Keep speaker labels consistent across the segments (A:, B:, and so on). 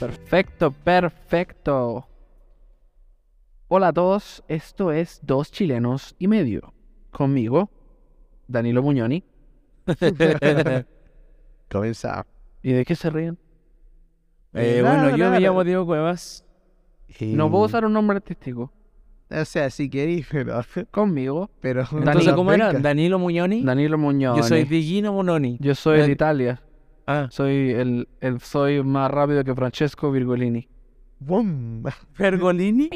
A: Perfecto, perfecto. Hola a todos, esto es Dos Chilenos y Medio. Conmigo, Danilo Muñoni.
B: Comenzamos.
A: ¿Y de qué se ríen?
C: Eh,
B: Nada,
C: bueno, yo
B: nada,
C: me llamo
B: pero-
C: Diego Cuevas.
B: Y-
A: No puedo usar un nombre artístico.
B: eh, O sea, si queréis, pero.
A: Conmigo,
B: pero
C: Entonces,
A: Danilo
C: ¿cómo era?
B: Venga.
C: Danilo Muñoni.
A: Danilo Muñoni.
C: Yo soy Eh. Digino Muñoni.
A: Yo soy
C: Dan-
A: de Italia.
C: Ah,
A: Soy el, el- soy más rápido que Francesco Virgolini.
B: ¡Bum!
C: Pergolini.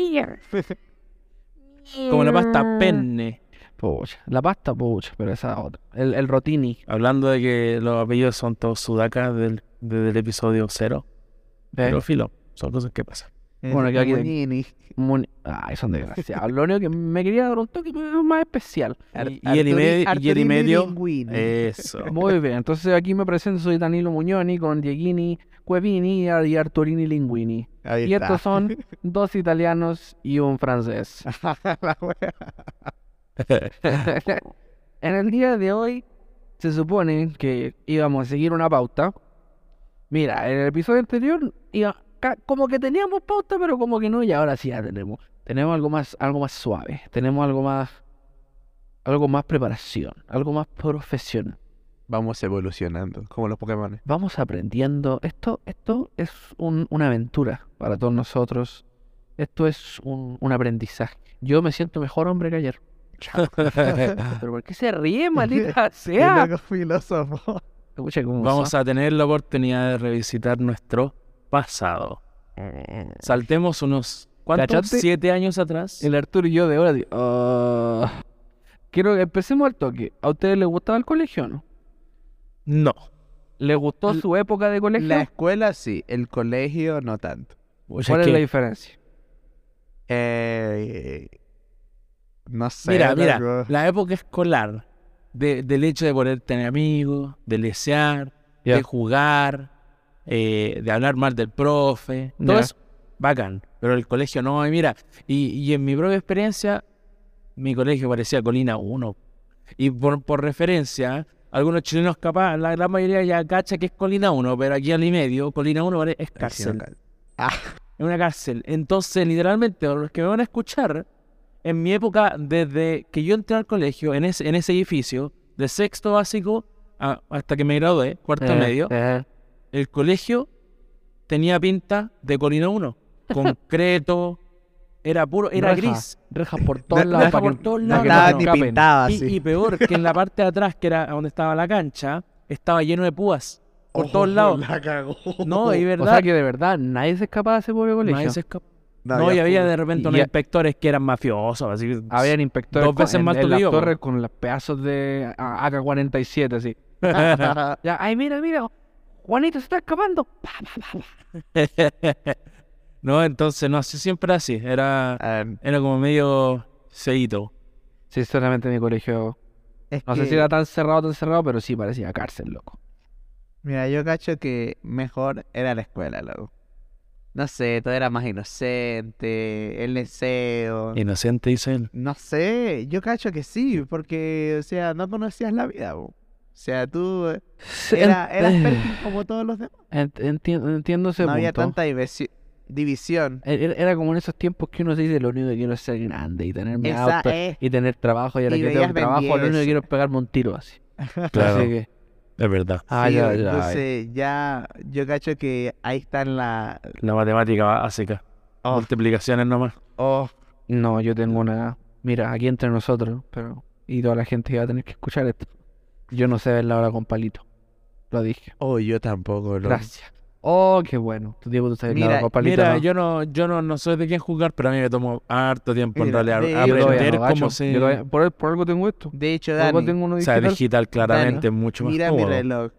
C: Como la pasta penne.
A: Pucha. La pasta, pucha, pero esa otra. El, el Rotini.
C: Hablando de que los apellidos son todos sudacas del, desde el episodio cero.
A: ¿eh?
C: Pero filo, son cosas que pasan.
A: Bueno, que aquí-
B: Muñini.
A: Muni- Ay, son desgraciados. Lo único que me quería dar un toque más especial.
C: Y, y el y
B: Arturi-
C: medio. Y el y
B: Arturini
C: medio. eh,
B: Linguini.
C: Eso.
A: Muy bien, entonces aquí me presento, soy Danilo Muñoni con Dieguini, Cuevini y Ar- y Arturini Linguini.
B: Ahí
A: Y
B: está.
A: estos son dos italianos y un francés.
B: La wea.
A: en el día de hoy se supone que íbamos a seguir una pauta. Mira, en el episodio anterior iba- ca- como que teníamos pauta, pero como que no, y ahora sí ya tenemos. Tenemos algo más, algo más suave, tenemos algo más, algo más preparación, algo más profesional.
B: Vamos evolucionando, como los Pokémon.
A: vamos aprendiendo. Esto, esto es un- una aventura para todos nosotros. Esto es un, un aprendizaje. Yo me siento mejor hombre que ayer. Pero ¿por qué se ríe, maldita sea?
B: loco filósofo.
A: Escucha, como
C: Vamos
A: sa-
C: a tener la oportunidad de revisitar nuestro pasado. Saltemos unos. ¿Cuántos?
A: Eh. ¿Cachaste?
C: Siete años atrás.
A: El Arturo y yo de ahora. di- Ah. quiero que empecemos al toque. ¿A ustedes les gustaba el colegio o no?
C: No.
A: ¿Les gustó
B: L-
A: su época de colegio?
B: La escuela sí, el colegio no tanto.
C: O sea
A: ¿Cuál es
C: que-
A: la diferencia?
B: Eh, no sé.
C: Mira, mira,
B: loco.
C: la época escolar, de- del hecho de poder tener amigos, de lesear,
A: Ya.
C: de jugar, eh, de hablar mal del profe, todo
A: Ya.
C: eso, bacán. Pero el colegio no, y mira, y, y en mi propia experiencia, mi colegio parecía Colina 1. Y por, por referencia, algunos chilenos capaz, la gran mayoría ya cacha que es Colina 1, pero aquí al y medio, Colina 1 pare- es
B: Así no
C: cárcel.
B: cal-
C: Es una cárcel. Entonces, literalmente, para los que me van a escuchar, en mi época, desde que yo entré al colegio, en ese, en ese edificio, de sexto básico a- hasta que me gradué, cuarto
A: Eh,
C: medio,
A: eh,
C: el colegio tenía pinta de Colina 1. Concreto, era puro, era
A: Reja.
C: gris.
A: rejas por todos
B: la-
A: lados
C: reja
A: para que
C: por todos
A: para
C: lados.
A: que
B: Estaba
A: no
B: ni
A: escapen.
B: pintado así.
C: Y, y peor, que en la parte de atrás, que era donde estaba la cancha, estaba lleno de púas. Por todos lados. No, es
A: O
C: verdad.
A: sea que de verdad nadie se escapa de ese pobre colegio.
C: nadie se escapó.
B: No,
C: No, y
B: ya
C: había
B: fue.
C: de repente
A: Y
C: unos
A: ya-
C: inspectores que eran mafiosos. Así,
A: Habían inspectores
C: Dos
A: con-
C: veces
A: en,
C: más
A: en
C: tu
A: las
C: lío, po.
A: torres con los pedazos de A- AK-47, así. Ya, ay, mira, mira, Juanito se está escapando. Pa, pa, pa, pa.
C: no, entonces, no, sí, siempre así. Era,
B: Ah,
C: era como medio ceguito.
A: Sinceramente, mi colegio,
B: es
A: no sé si
B: que-
A: era tan cerrado, tan cerrado, pero sí parecía cárcel, loco.
B: Mira, yo cacho que mejor era la escuela, loco. No sé, todo era más inocente, el deseo.
C: Eh. Inocente, dice él.
B: No sé, yo cacho que sí, porque, o sea, no conocías la vida, bo. O sea, tú eh, era, eras perfil como todos los demás.
A: Ent- eh, enti- entiendo ese
B: No había
A: punto.
B: tanta divisi- división.
A: Era, era como en esos tiempos que uno se dice, lo único que quiero es ser grande y tener mi
B: Esa
A: auto
B: es.
A: y tener trabajo. Y ahora
B: Y
A: que tengo
B: veías Ben
A: trabajo, lo único que
B: 10.
A: quiero es pegarme un tiro así.
C: Claro,
A: Así que,
C: es verdad.
A: ah,
B: Sí,
A: ya, ya,
B: bo,
A: ay.
B: entonces ya, yo cacho que ahí están la...
C: La matemática básica.
B: Oh.
C: Multiplicaciones nomás.
B: Oh,
A: No, yo tengo una. Mira, aquí entre nosotros, pero. Y toda la gente que va a tener que escuchar esto. Yo no sé ver la hora con palito. Lo dije.
B: oh, yo tampoco, loco.
A: Gracias. Oh, qué bueno. Tú, Diego, tú sabes la hora
B: Mira,
A: con palito.
C: Mira,
A: ¿no?
C: yo no, yo no, no soy de quién jugar, pero a mí me tomó harto tiempo
B: Mira,
C: en realidad
B: de-
A: Yo todavía
C: aprender
A: no, gacho.
C: cómo se.
A: Yo todavía- por, por algo tengo esto.
B: De hecho,
A: Por algo
B: Dani,
A: tengo uno
C: o sea,
A: digital.
C: digital claramente es mucho más
B: mira mi
C: cómodo.
B: reloj.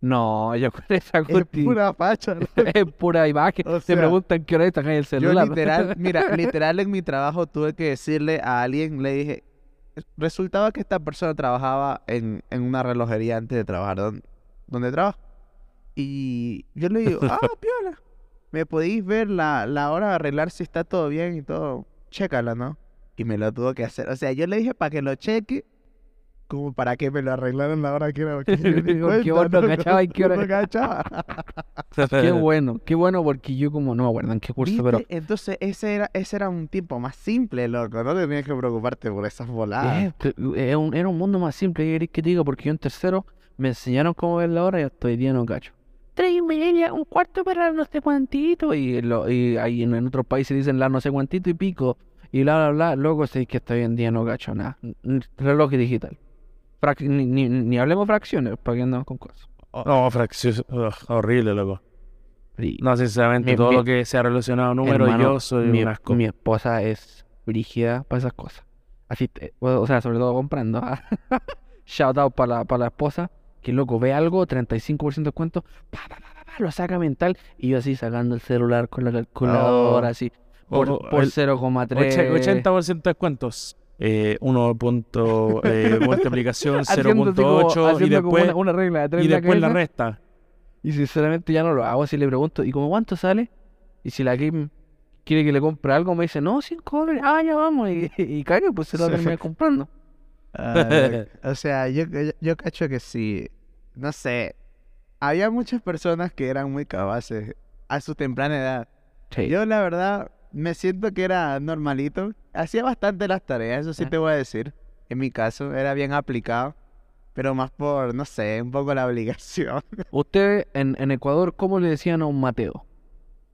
A: No, ya con esa
B: Es
A: cuestión.
B: pura facha, loco.
A: Es pura imagen.
B: O
A: Te
B: sea,
A: preguntan qué hora está acá en el
B: Yo
A: celular.
B: literal, mira, literal en mi trabajo tuve que decirle a alguien, le dije, resultaba que esta persona trabajaba en, en una relojería antes de trabajar don- donde trabajo. Y yo le digo, ah, piola, me podéis ver la, la hora de arreglar si está todo bien y todo, chécala, ¿no? Y me lo tuvo que hacer. O sea, yo le dije para que lo cheque como para qué me lo arreglaron la hora que era. Porque
A: Porque vos no cachabas y qué hora
B: No cachaba.
A: Qué bueno, qué bueno porque yo como no me acuerdo en qué curso, pero...
B: ¿Viste? Entonces ese era, ese era un tiempo más simple, loco. No tenías que preocuparte por esas voladas.
A: Eh, que- eh, un- era un mundo más simple, ¿qué querés que te diga? Porque yo en tercero me enseñaron cómo ver la hora y hasta hoy día no cacho. Tres y media, un cuarto para no sé cuantito. Y, lo- y ahí en, en otros países dicen la no sé cuantito y pico. Y bla, bla, bla. Loco, sé que hasta hoy en día no cacho nada. N- Reloj digital. Frac- ni, ni- ni hablemos fracciones, para que andamos con cosas.
C: No, fraccioso. Ugh, horrible, loco.
A: Fri-
C: No, sinceramente,
A: Mi-
C: todo
A: mi-
C: lo que sea relacionado a números,
A: Hermano,
C: yo soy
A: mi,
C: un asco.
A: mi esposa es brígida para esas cosas. Así, te- o o sea, sobre todo comprando. ¿ah? Shout out para la, para la esposa, que loco, ve algo, 35% de descuento, pa, pa, pa, pa, pa, lo saca mental, y yo así sacando el celular con la calculadora, así,
C: O-
A: por,
C: o
A: por
C: Oh, el
A: 0,3.
C: Oche- 80% de descuentos. Eh, 1 punto, eh, multiplicación,
A: haciendo así como-
C: 0.8 y
A: haciendo como
C: después,
A: una, una regla de tres
C: y
A: en la
C: después la
A: cabeza,
C: resta.
A: Y sinceramente ya no lo hago, si le pregunto, ¿y como cuánto sale? Y si la Kim quiere que le compre algo, me dice, no, 5 dólares, ah, ya vamos, y, y cague, pues se lo va a
B: Sí.
A: terminar comprando.
B: Ah, loco. o sea, yo, yo, yo cacho que sí. No sé. Había muchas personas que eran muy capaces a su temprana edad.
A: Sí.
B: Yo, la verdad, me siento que era normalito. Hacía bastante las tareas, eso sí
A: Ah.
B: te voy a decir. En mi caso, era bien aplicado. Pero más por, no sé, un poco la obligación.
A: Usted en, en Ecuador, ¿cómo le decían a un Mateo?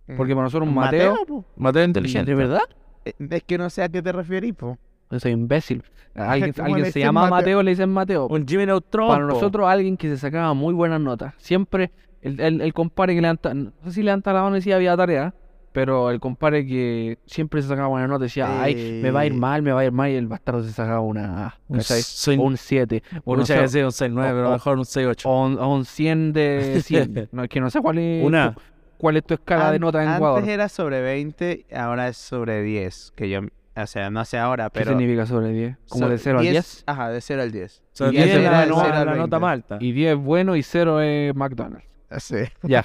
A: Porque para nosotros un Mateo.
B: po.
C: Mateo
A: ¿De verdad?
B: Eh, Es que no sé a qué te referís, po.
A: Yo soy imbécil. A Alguien,
B: ¿Cómo
A: alguien
B: le
A: se
B: dicen
A: llama Mateo?
B: Mateo?
A: le dicen Mateo.
C: Un Jimmy Neutron.
A: Para
C: po.
A: nosotros, alguien que se sacaba muy buenas notas. Siempre el, el, el compadre que levanta, no sé si levanta la mano y decía había tarea, pero el compadre que siempre se sacaba buenas notas decía, ay, me va a ir
B: Eh.
A: mal, me va a ir mal, y el bastardo se sacaba una A,
C: Un
A: ¿cachai?
C: soy-
A: O un 7, o no
C: Muchas
A: sé,
C: veces un 6-9, pero
A: o-
C: mejor un 6-8.
A: o un, o un 100 de 100. No, es que no sé cuál es,
C: Una.
A: tu- cuál es tu escala de
B: An-
A: notas en
B: Antes
A: Ecuador.
B: era sobre 20, ahora es sobre 10. Que yo, o sea, no sé ahora,
A: ¿Qué
B: pero.
A: significa sobre 10? ¿Como
B: so-
A: de 0 al 10?
B: Ajá, de 0 al 10.
C: O sea,
A: y
B: antes
A: ese
C: 10
A: era
C: la,
A: el
C: no-
A: cero
C: la
A: al
C: nota
B: 20.
C: más alta.
A: Y 10 es bueno y 0 es McDonald's.
B: Sí.
A: Ya.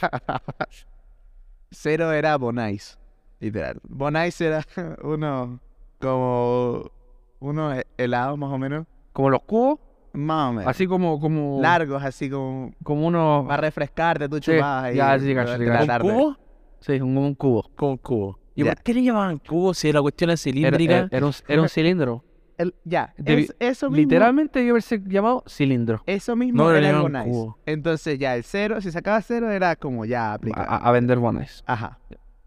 B: 0 era Bonais, literal. Bonais era uno como. Uno he- helado, más o menos.
A: Como los cubos,
B: Más o menos.
A: así como, como,
B: Largos, así como.
A: como unos.
B: Para refrescarte, tú
A: Sí,
B: chupabas ahí.
A: ya, sí, cacho, sí,
B: durante la
A: cacho.
C: ¿Con
B: tarde.
C: cubo?
A: Sí, como un cubo.
C: Con cubo. ¿Y
B: Ya.
C: por qué le llamaban cubo si la cuestión es
A: Era,
C: cilíndrica?
A: era- era un, era un cilindro.
B: El- ya,
A: De-
B: es- eso mismo.
A: Literalmente yo hubiese llamado cilindro.
B: Eso mismo
C: No,
B: era
C: le
B: el
C: llaman
B: Bonais.
C: cubo.
B: Entonces ya el cero, si sacaba cero era como ya aplicado.
C: Ah,
A: A, a- a vender bonos.
B: Ajá.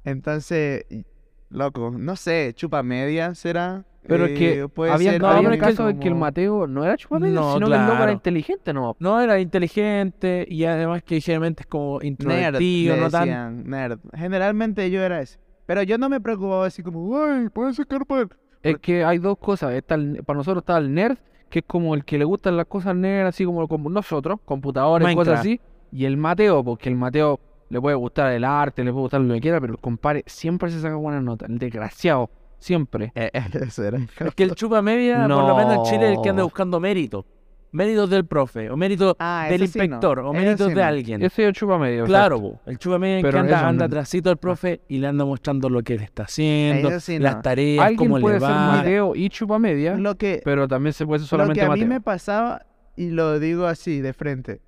B: Entonces, y- loco, no sé, chupa media será.
A: Pero es que
B: Eh, puede
A: había
B: ser
A: no, pero
B: alguien
A: el caso de que el
B: como-
A: Mateo no era chupamedio,
C: No,
A: sino que el loco era
C: claro.
A: inteligente, no.
C: No, era inteligente y además que generalmente es como
B: Nerd,
C: introvertido,
B: le
C: no tan...
B: decían, nerd. Generalmente yo era ese. Pero yo no me preocupaba así como, uy, puedes sacar por-".
A: Es que hay dos cosas. Está el- para nosotros está el nerd, que es como el que le gustan las cosas nerd, así como, como nosotros, computadores, cosas
C: Minecraft.
A: así. Y el Mateo, porque el Mateo le puede gustar el arte, le puede gustar lo que quiera, pero el compadre siempre se saca buenas notas. El desgraciado, siempre.
B: Eh, eh, Eso era.
C: Es que el chupa media, por lo menos en Chile, es el que anda
A: No.
C: buscando méritos. Méritos del profe, o méritos
B: Ah,
C: del
B: eso sí, no.
C: inspector, o
B: Eso
C: méritos
B: sí,
C: de
B: no.
C: alguien.
A: Ese es el chupa medio.
C: Claro, po. el chupa media es que
A: Pero eso
C: anda, anda
A: no-
C: trasito al profe y le anda mostrando lo que él está haciendo,
B: Eso sí,
C: las
B: no.
C: tareas,
A: Alguien
C: cómo
A: puede
C: le
A: ser
C: va.
A: Mateo y chupa media,
B: Lo que,
A: pero también se puede ser
B: lo
A: solamente
B: que a mí
A: Mateo.
B: me pasaba, y lo digo así de frente,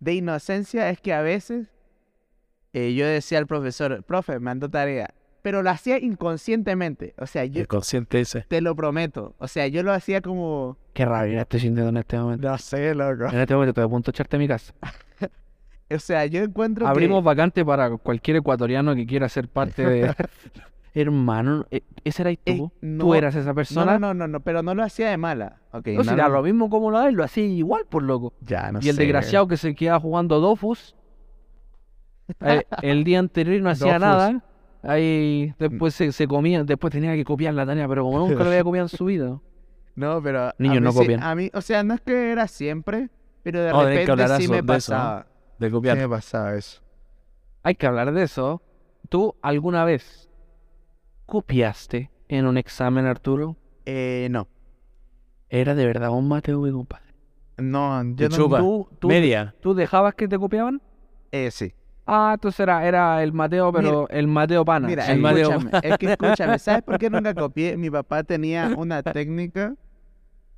B: de inocencia es que a veces eh, yo decía al profesor, profe, mando tarea, pero lo hacía inconscientemente. O sea, yo
C: El consciente ese.
B: te lo prometo. O sea, yo lo hacía como...
A: Qué rabia la estoy sintiendo en este momento.
B: No sé, loco.
A: En este momento estoy a punto de echarte a mi casa.
B: O sea, yo encuentro que-
A: Abrimos vacante para cualquier ecuatoriano que quiera ser parte de. Hermano, e- ese eras
B: Eh,
A: tú. Tú
B: no,
A: eras esa
B: No,
A: persona.
B: no, no, no, no, pero no lo hacía de mala. Ok,
A: No, si
B: no,
A: era
B: no.
A: lo mismo como lo haces, lo hacía igual, por loco.
B: Ya, no
A: y el
B: sé.
A: desgraciado que se quedaba jugando Dofus. eh, el día anterior no hacía
C: Dofus.
A: nada. Ahí
B: Mm.
A: después se, se comía, después tenía que copiar la tarea, pero como nunca lo había copiado en su vida.
B: No, pero... a
A: Niños
B: mí
A: no
B: sí-
A: copian.
B: a mí, o sea, no es que era siempre, pero de
C: Vamos a tener que
B: repente
C: hablar
B: sí
C: eso-
B: me
C: de eso, ¿no?
B: pasaba.
C: De
B: Sí
C: copiar.
B: me pasaba eso.
A: Hay que hablar de eso. ¿Tú alguna vez copiaste en un examen, Arturo?
B: Eh, no.
A: Era de verdad un Mateo, mi compadre.
B: No, yo
C: Te
B: no...
C: chupa.
A: tú- tú-
C: media.
A: ¿Tú dejabas que te copiaban?
B: Eh, sí.
A: Ah, entonces era, era el Mateo, pero el Mateo Pana.
B: Mira, eh,
A: el Mateo.
B: escúchame, es que escúchame, ¿sabes por qué nunca copié? Mi papá tenía una técnica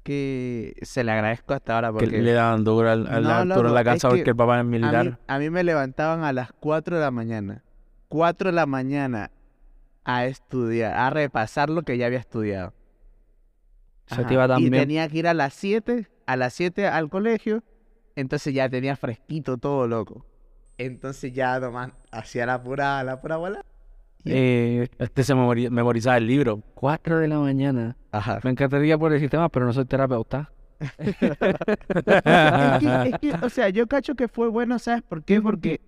B: que se le agradezco hasta ahora
C: Que
B: porque
C: le daban duro al, al
B: No,
C: Arturo en
B: loco,
C: la
B: es
C: casa porque
B: que
C: el papá es
B: a mí-
C: militar.
B: a mí me levantaban a las 4 de la mañana. 4 de la mañana a estudiar, a repasar lo que ya había estudiado.
A: Se
B: Ajá,
A: te iba
B: Y
A: también.
B: tenía que ir a las 7, a las 7 al colegio, entonces ya tenía fresquito todo, loco. Entonces ya nomás hacía la pura, la pura bola.
A: Eh,
C: Este se memori- memorizaba el libro.
A: 4 de la mañana.
B: Ajá.
A: Me encantaría por el sistema, pero no soy terapeuta.
B: Es que, es que, o sea, yo cacho que fue bueno, ¿sabes por qué? Porque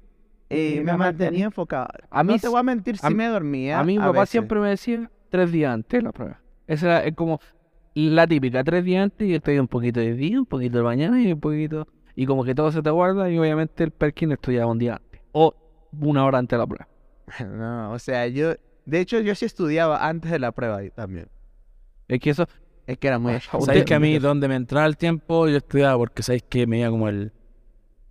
B: eh, me mantenía enfocado.
A: A mí
B: no te
A: s-
B: voy a mentir si
A: a mí-
B: me dormía.
A: A mí mi
B: a
A: papá
B: veces.
A: siempre me decía tres días antes la prueba. Esa era- es como la típica, tres días antes y estoy un poquito de día, un poquito de mañana y un poquito... Y como que todo se te guarda y obviamente el Perkin estudiaba un día antes. O una hora antes de la prueba.
B: No, o sea, yo. De hecho, yo sí estudiaba antes de la prueba ahí también.
A: Es que eso...
B: Es Ah, que era muy.
C: Sabéis
A: Usted-
C: que a mí, donde me entraba el tiempo, yo estudiaba porque sabéis que me iba como el,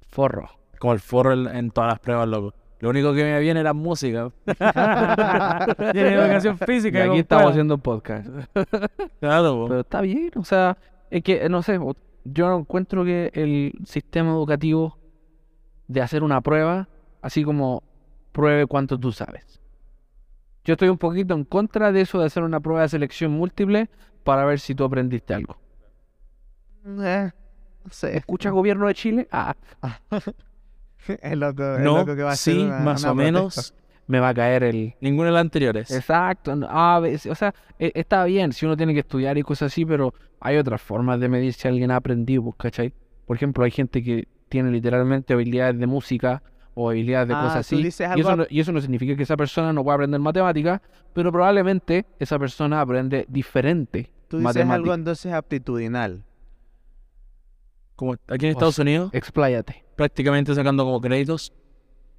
A: Forro.
C: como el forro en, en todas las pruebas, loco. Lo único que me iba bien era música. y en educación
A: Y
C: física.
A: aquí
C: como
A: estamos
C: fuera.
A: haciendo un podcast.
C: Claro, po.
A: Pero está bien, o sea, es que, no sé, o- yo no encuentro que el sistema educativo de hacer una prueba, así como pruebe cuánto tú sabes. Yo estoy un poquito en contra de eso de hacer una prueba de selección múltiple para ver si tú aprendiste algo.
B: Eh, no sé.
A: ¿Escucha gobierno de Chile? Ah,
B: Es loco, es
C: no,
B: loco que va a ser
C: sí,
B: una-
C: más
B: una
C: o
B: protesta.
C: menos.
A: me va a caer el...
C: Ninguna de las anteriores.
B: Pues.
A: Exacto, no, a veces, o sea, e- está bien si uno tiene que estudiar y cosas así, pero hay otras formas de medir si alguien ha aprendido, pues, ¿cachai? Por ejemplo, hay gente que tiene literalmente habilidades de música o habilidades de
B: Ah,
A: cosas
B: tú
A: así.
B: dices
A: y,
B: algo
A: eso
B: a-
A: no, y eso no significa que esa persona no pueda aprender matemáticas, pero probablemente esa persona aprende diferente
B: Tú dices algo
A: matemática.
B: entonces aptitudinal.
C: Como aquí en Estados Unidos,
A: Expláyate.
C: prácticamente sacando como créditos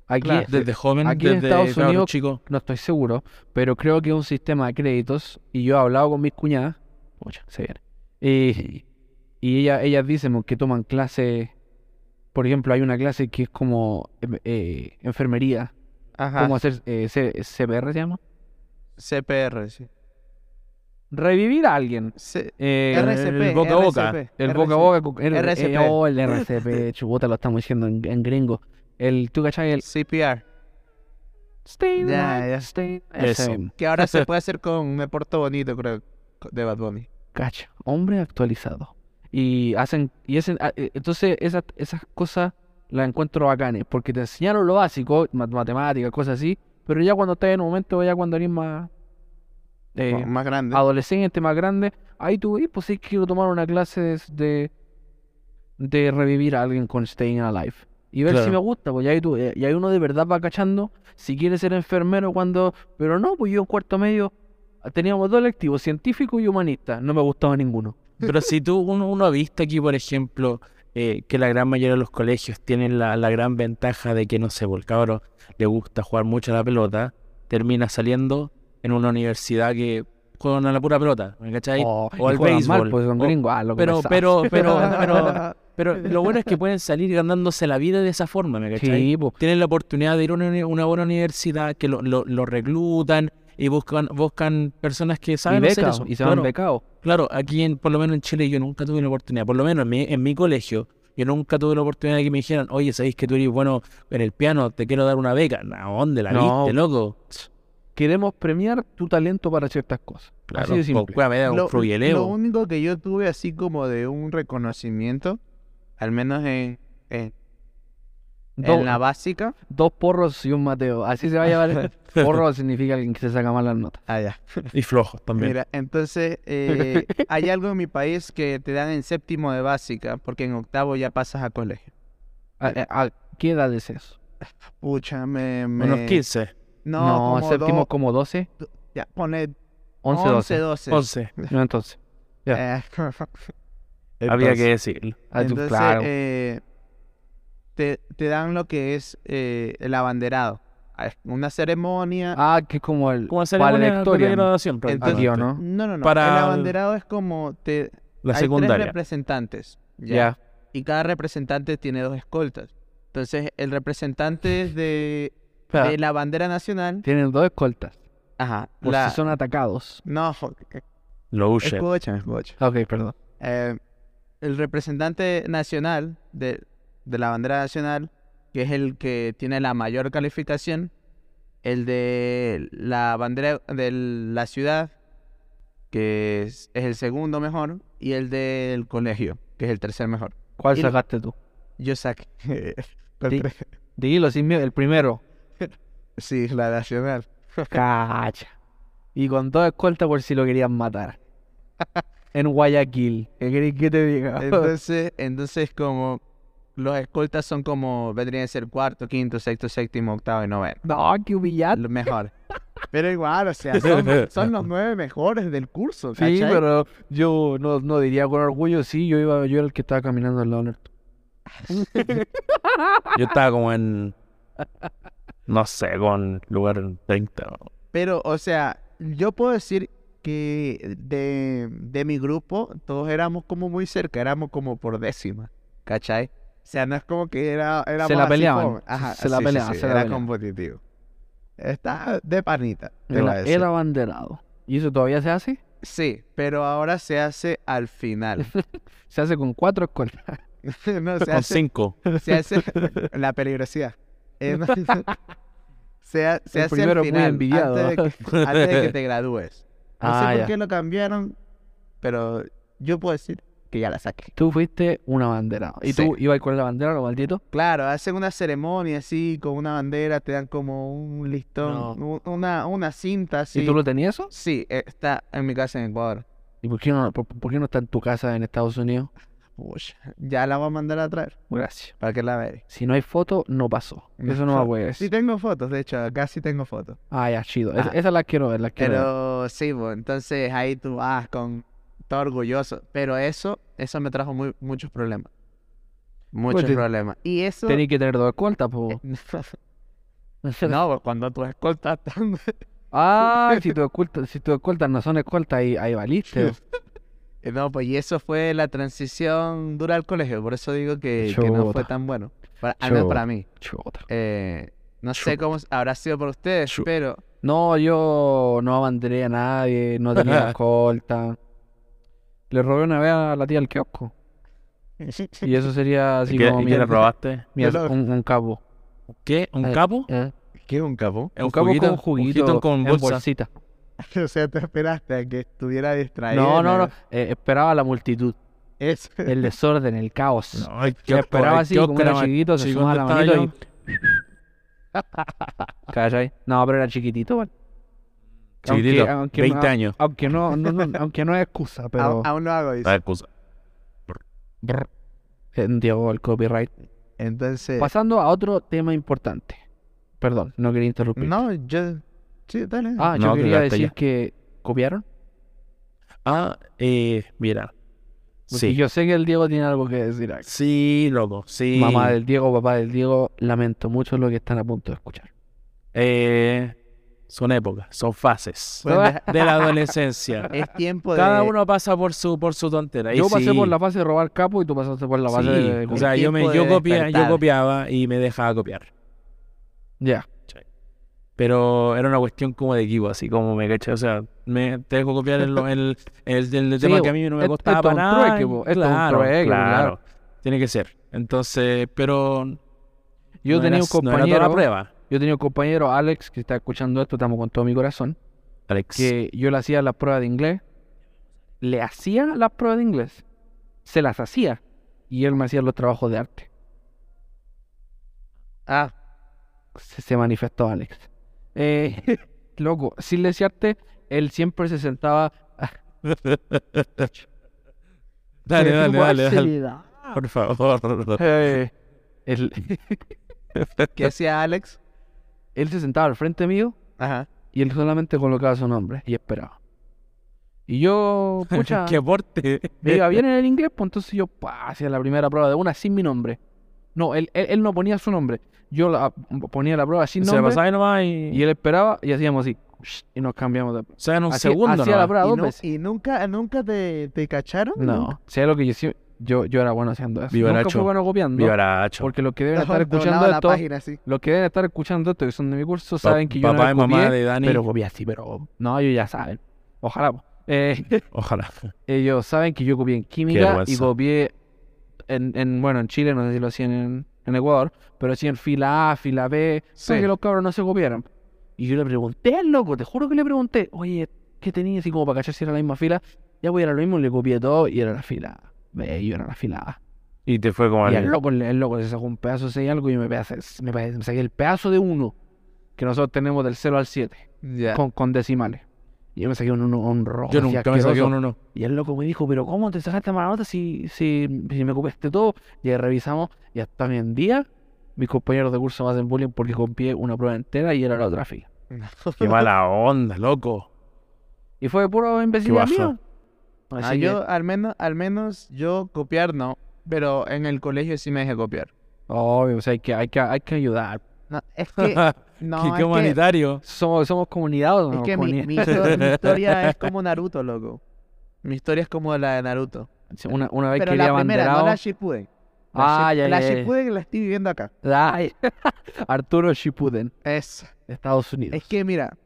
A: Aquí,
B: Claro.
A: de-
C: desde joven,
A: aquí en
C: desde
A: Estados
C: cabro
A: Unidos-
C: chico.
A: no estoy seguro, pero creo que es un sistema de créditos. Y yo he hablado con mis cuñadas. Pucha, se viene. Y, y ella, ellas dicen mo, que toman clases. Por ejemplo, hay una clase que es como em, eh, enfermería.
B: Ajá.
A: ¿Cómo hacer eh, C- CPR se llama?
B: CPR, sí.
A: Revivir a alguien.
B: C-
A: Eh,
B: RCP.
C: boca a boca,
B: RCP,
A: El boca a
B: RCP.
A: boca. con- el- eh,
B: RCP.
A: oh, el RCP. Chubuta, lo estamos diciendo en, en gringo. El, ¿Tú cachai? El
B: CPR.
A: Stay
B: Ya,
A: alive,
B: ya.
A: stay-
C: Eso.
A: ese,
B: Que ahora se puede hacer con Me Porto Bonito, creo, co- de Bad Bunny.
A: Cacha, hombre actualizado. Y hacen, y hacen, ah, eh, entonces esas, esas cosas las encuentro bacanes, porque te enseñaron lo básico, mat- matemáticas, cosas así, pero ya cuando estás en un momento, ya cuando eres más eh,
B: Bueno, más grande.
A: adolescente, más grande, ahí tú ves, pues sí, quiero tomar una clase de, de, de revivir a alguien con Staying Alive. Y ver si
C: Claro.
A: me gusta, pues ya ahí tú, y ahí uno de verdad va cachando si quiere ser enfermero cuando, pero no, pues yo en cuarto medio ah, teníamos dos electivos, científico y humanista, no me gustaba ninguno.
C: Pero si tú, uno, uno ha visto aquí, por ejemplo, eh, que la gran mayoría de los colegios tienen la, la gran ventaja de que, no sé, por el cabrón le gusta jugar mucho a la pelota, termina saliendo en una universidad que juegan a la pura pelota, ¿me cachai?
A: Oh,
C: o
A: y
C: al
A: juegan mal,
C: béisbol,
A: pues son
C: o-
A: gringos. Ah, lo que
C: pero,
A: pensaba.
C: pero, pero, pero, pero lo bueno es que pueden salir ganándose la vida de esa forma, ¿me cachai?
A: Sí, pues, po.
C: tienen la oportunidad de ir a una, uni- una buena universidad, que lo, lo- lo reclutan y buscan, buscan personas que
A: Y
C: saben hacer
A: becados,
C: eso.
A: y se
C: claro,
A: van becados.
C: claro, aquí en, por lo menos en Chile yo nunca tuve la oportunidad, por lo menos en mi, en mi colegio, yo nunca tuve la oportunidad de que me dijeran, oye, sabéis que tú eres bueno en el piano, te quiero dar una beca. ¿A dónde la
A: No.
C: viste, loco?
A: Queremos premiar tu talento para ciertas cosas. Así de simple.
C: pues, me da un
B: Lo,
C: frugueleo.
B: lo único que yo tuve así como de un reconocimiento, al menos en, en, en
A: Do-
B: la básica.
A: Dos porros y un Mateo. Así se va a llevar. Porro significa alguien que se saca malas notas.
B: Ah, ya.
C: Y flojos también.
B: Mira, entonces eh, hay algo en mi país que te dan en séptimo de básica, porque en octavo ya pasas a colegio.
A: ¿A, eh, a- a qué edad es eso?
B: Pucha, me... me...
C: Unos 15,
B: No,
A: No,
B: como
A: séptimo
B: do-
A: como 12,
B: Ya, pone
A: 11, 12.
B: 12.
C: 11.
A: No, entonces.
B: Eh,
C: Había que decirlo.
A: Ah, tú,
B: Entonces,
A: claro.
B: eh, te, te dan lo que es eh, el abanderado. Ah, es Una ceremonia.
A: ah, que es como el.
C: Como hacer
A: Vale,
C: una
A: Victoria, ¿no?
C: graduación,
B: Entonces-
A: Aquí, ¿o
C: prácticamente.
A: no?
B: no, no, no.
C: para
B: el
C: el-
B: abanderado es como te,
C: La
B: hay tres
C: secundaria.
B: representantes. ¿ya?
A: Ya.
B: Y cada representante tiene dos escoltas. Entonces, el representante de,
A: Espera,
B: de la bandera nacional.
A: Tienen dos escoltas.
B: Ajá.
A: Por
B: la-
A: si son atacados.
B: No, jo-
C: Lo usher.
B: escúchame, escúchame.
A: Ah, Ok, perdón.
B: eh, el representante nacional de, de la bandera nacional, que es el que tiene la mayor calificación, el de la bandera de la ciudad, que es, es el segundo mejor, y el del colegio, que es el tercer mejor.
A: ¿Cuál
B: Y lo-
A: sacaste tú?
B: Yo saqué la
A: Sí.
B: tres-
A: Dilo sin miedo, el primero.
B: sí, la nacional.
A: Cacha. Y con dos escoltas por si lo querían matar. En Guayaquil. ¿Qué querés que te diga?
B: Entonces, entonces como los escoltas son como, vendrían a ser cuarto, quinto, sexto, séptimo, octavo y noveno.
A: no, qué humillante.
B: Lo mejor. Pero igual, o sea, son, son los nueve mejores del curso,
A: Sí,
B: ¿cachai?
A: pero yo no, no diría con orgullo, sí, yo iba, yo era el que estaba caminando al lado de Alberto.
C: Yo estaba como en. No sé, con lugar 30. ¿no?
B: Pero, o sea, yo puedo decir que de, de mi grupo todos éramos como muy cerca, éramos como por décima, ¿cachai? O sea, no es como que era, éramos
A: la
B: así
A: peleaban,
B: como-
A: se-
B: Ajá,
A: se la
B: sí, sí,
A: peleaban,
B: sí,
A: se la
B: era
A: peleaban.
B: competitivo. Está de panita, te voy a
A: Era,
B: decir.
A: era abanderado. ¿Y eso todavía se hace?
B: Sí, pero ahora se hace al final.
A: Se hace con cuatro escoltas.
B: no, se
C: Con
B: hace,
C: 5.
B: se hace la peligrosidad. Eh, no, se ha- se
A: El
B: hace
A: primero
B: al
A: muy
B: final,
A: envidiado,
B: antes de
A: ¿no?
B: que- antes de que te gradúes. No
A: Ah,
B: sé por
A: ya.
B: qué lo cambiaron, pero yo puedo decir que ya la saqué.
A: Tú fuiste un abanderado. ¿Y
B: Sí.
A: tú ibas con la bandera, lo maldito?
B: Claro, hacen una ceremonia así, con una bandera, te dan como un listón, un- una, una cinta así.
A: ¿Y tú lo tenías eso?
B: Sí, eh, está en mi casa en Ecuador.
A: ¿Y por qué, no, por, por qué no está en tu casa en Estados Unidos?
B: Pucha, ya la voy a mandar a traer
A: Gracias.
B: para que la veáis.
A: Si no hay foto, no pasó. Eso no me voy a decir.
B: Sí tengo fotos, de hecho, acá sí tengo fotos.
A: Ah, ya, chido. Es-
B: Ah.
A: Esas las quiero ver, las quiero ver.
B: Pero sí, bo, entonces ahí tú vas con todo orgulloso. Pero eso, eso me trajo muy, muchos problemas. Muchos
A: Pues te-
B: problemas. Y eso... eh,
A: Tenéis que tener dos escoltas, po.
B: No, pues, cuando tus escoltas están-
A: Ah, si tus escoltas, si tus escoltas no son escoltas, ahí, ahí valiste. po.
B: Eh, No, pues y eso fue la transición dura al colegio, por eso digo que, que no fue
A: Chuta.
B: tan bueno. Para- al menos para mí.
A: Chuta.
B: Eh, no sé cómo s- habrá sido por ustedes,
C: Chuta.
B: pero
A: No, yo no abanderé a nadie, no tenía escolta. Le robé una vez a la tía al kiosco. Y eso sería así
C: ¿Y qué,
A: como
C: y
A: mi-
C: qué le robaste?
A: mi-
B: Yo lo-
A: un, un capo.
C: ¿Qué? ¿Un
A: Eh,
C: capo?
A: eh,
B: ¿qué es un capo?
A: Un, capo
C: juguito?
A: con juguito,
C: juguito con
A: en
C: bolsa.
A: bolsita.
B: o sea, te esperaste a que estuviera distraído.
A: No,
B: en
A: no, no.
B: el-
A: eh, esperaba la multitud,
B: Eso.
A: el desorden, el caos.
C: No, el
A: Yo
C: kiosco,
A: esperaba
C: el
A: así, como
C: kiosco
A: era
C: más
A: chiquito, se
C: chico
A: sumaba la
C: donde
A: manito
C: estaba
A: y... ¿Cachai? No, pero era chiquitito, ¿vale?
C: yo. Chiquitito,
A: Aunque- aunque
C: 20
A: no-
C: años.
A: Aunque no, no, no, aunque no es excusa, pero...
B: Aún, aún lo hago, dice.
C: La excusa.
A: Brr. Eh, Diego, el copyright.
B: Entonces,
A: Pasando a otro tema importante. Perdón, no quería interrumpir.
B: no, yo... Sí, dale.
A: Ah, yo
C: No,
A: quería
C: quedaste
A: decir
C: ya.
A: que copiaron.
C: Ah, eh, mira.
A: Porque
C: Sí.
A: Pues yo sé que el Diego tiene algo que decir acá.
C: Sí, loco, sí.
A: Mamá del Diego, papá del Diego, lamento mucho lo que están a punto de escuchar.
C: Eh, son épocas, son fases
B: Pueden dejar-
A: Pues-
C: de la adolescencia.
B: es tiempo de...
C: Cada uno pasa por su por su tontera. y
A: Yo pasé
C: sí,
A: por la fase de robar capo y tú pasaste por la
C: sí,
A: fase de...
C: o sea, yo me
B: tiempo
C: yo
B: de
C: copia- yo
B: despertar.
C: copiaba y me dejaba copiar.
A: Ya.
C: Pero era una cuestión como de equipo, así como me caché. O sea, me, te dejo copiar el, el, el, el
A: Sí,
C: tema que a mí no me
A: es-
C: costaba
A: esto es
C: para
A: un
C: nada.
A: trueque,
C: y-
A: po, esto es un
C: claro,
A: trueque,
C: claro. Tiene que ser. Entonces, pero
A: Yo
C: no
A: tenía
C: era-
A: un
C: no era toda la
A: compañero...
C: prueba,
A: yo tenía un compañero, Alex, que está escuchando esto, estamos con todo mi corazón.
C: Alex.
A: que yo le hacía las pruebas de inglés, le hacía las pruebas de inglés, se las hacía y él me hacía los trabajos de arte.
B: Ah,
A: Se, se manifestó Alex. Eh, loco, sin desearte, él siempre se sentaba.
C: Dale,
A: "Pero
C: dale,
A: qué
C: dale, dale.
A: facilidad".
C: Por favor.
A: Eh, él,
B: ¿qué hacía Alex?
A: él se sentaba al frente mío
B: Ajá.
A: y él solamente colocaba su nombre y esperaba. Y yo, pucha,
C: Qué aporte.
A: me iba bien en el inglés, pues entonces yo pa, hacía la primera prueba de una sin mi nombre. No, él, él, él no ponía su nombre. Yo la- ponía la prueba sin
C: Se la
A: nombre.
C: pasaba ahí nomás y,
A: Y él esperaba y hacíamos así. Y nos cambiamos de.
C: O sea, en un
A: Hacía-
C: segundo
A: hacía la
C: nomás.
A: prueba
B: ¿Y,
A: dos
B: nu-
A: veces.
B: y nunca, nunca te, te cacharon?
A: No. Sea lo que yo sí- yo, yo era bueno haciendo eso. Nunca fui
C: Vivaracho.
A: bueno copiando.
C: Vivaracho.
A: Porque los que deben estar
B: Doblaba
A: escuchando
B: la
A: esto,
B: página así.
A: los que deben estar escuchando esto, que son de mi curso,
C: Pa-
A: saben que yo no
C: papá y
A: copié,
C: mamá de Dani.
A: pero copié así, pero no, ellos ya saben. Ojalá. po. Eh,
C: Ojalá.
A: ellos saben que yo copié en química y
C: vergüenza.
A: copié en, en, bueno, en Chile, no sé si lo hacían en, en Ecuador, pero sí en fila A, fila B, para
B: Sí.
A: que los cabros no se copiaran. Y yo le pregunté al loco, te juro que le pregunté, oye, ¿qué tenía así como para cachar si era la misma fila? Ya voy a lo mismo, le copié todo y era la fila B, y yo era la fila A.
C: Y te fue como
A: Y
C: al-
A: el loco, el loco se sacó un pedazo, seis algo, y yo me, pedacé- me, pe- me saqué el pedazo de uno que nosotros tenemos del 0 al 7,
B: Ya.
A: con, con decimales. Y yo me saqué un uno, un rojo.
C: Yo
A: así
C: nunca me saqué
A: asqueroso.
C: uno, no.
A: Y el loco me dijo, pero ¿cómo te sacaste mala nota si, si, si me copiaste todo? Y ahí revisamos, y hasta hoy en día, mis compañeros de curso me hacen bullying porque copié una prueba entera y era la otra fila.
C: Qué mala onda, loco.
A: Y fue de puro imbecilidad
C: baja.
A: mío.
B: Ah,
A: Así que,
B: yo, al menos, al menos yo copiar no, pero en el colegio sí me dejé copiar.
A: obvio, o sea, hay que, hay que, hay que ayudar.
B: No, es que, no,
C: Qué-
B: es
C: qué
B: que-
C: humanitario.
A: Somos, somos comunidad, ¿o no?
B: es que mi,
A: Comunidad.
B: mi histo- mi historia es como Naruto, loco. Mi historia es como la de Naruto.
A: Sí, Una, una vez
B: Pero
A: quería
B: la primera, no
A: abanderado.
B: la Shippuden. La,
A: Ah,
B: Ship-
A: ya,
B: la
A: ya, ya.
B: Shippuden la estoy viviendo acá.
A: Ay, Arturo Shippuden,
B: Es,
A: de Estados Unidos.
B: es que mira,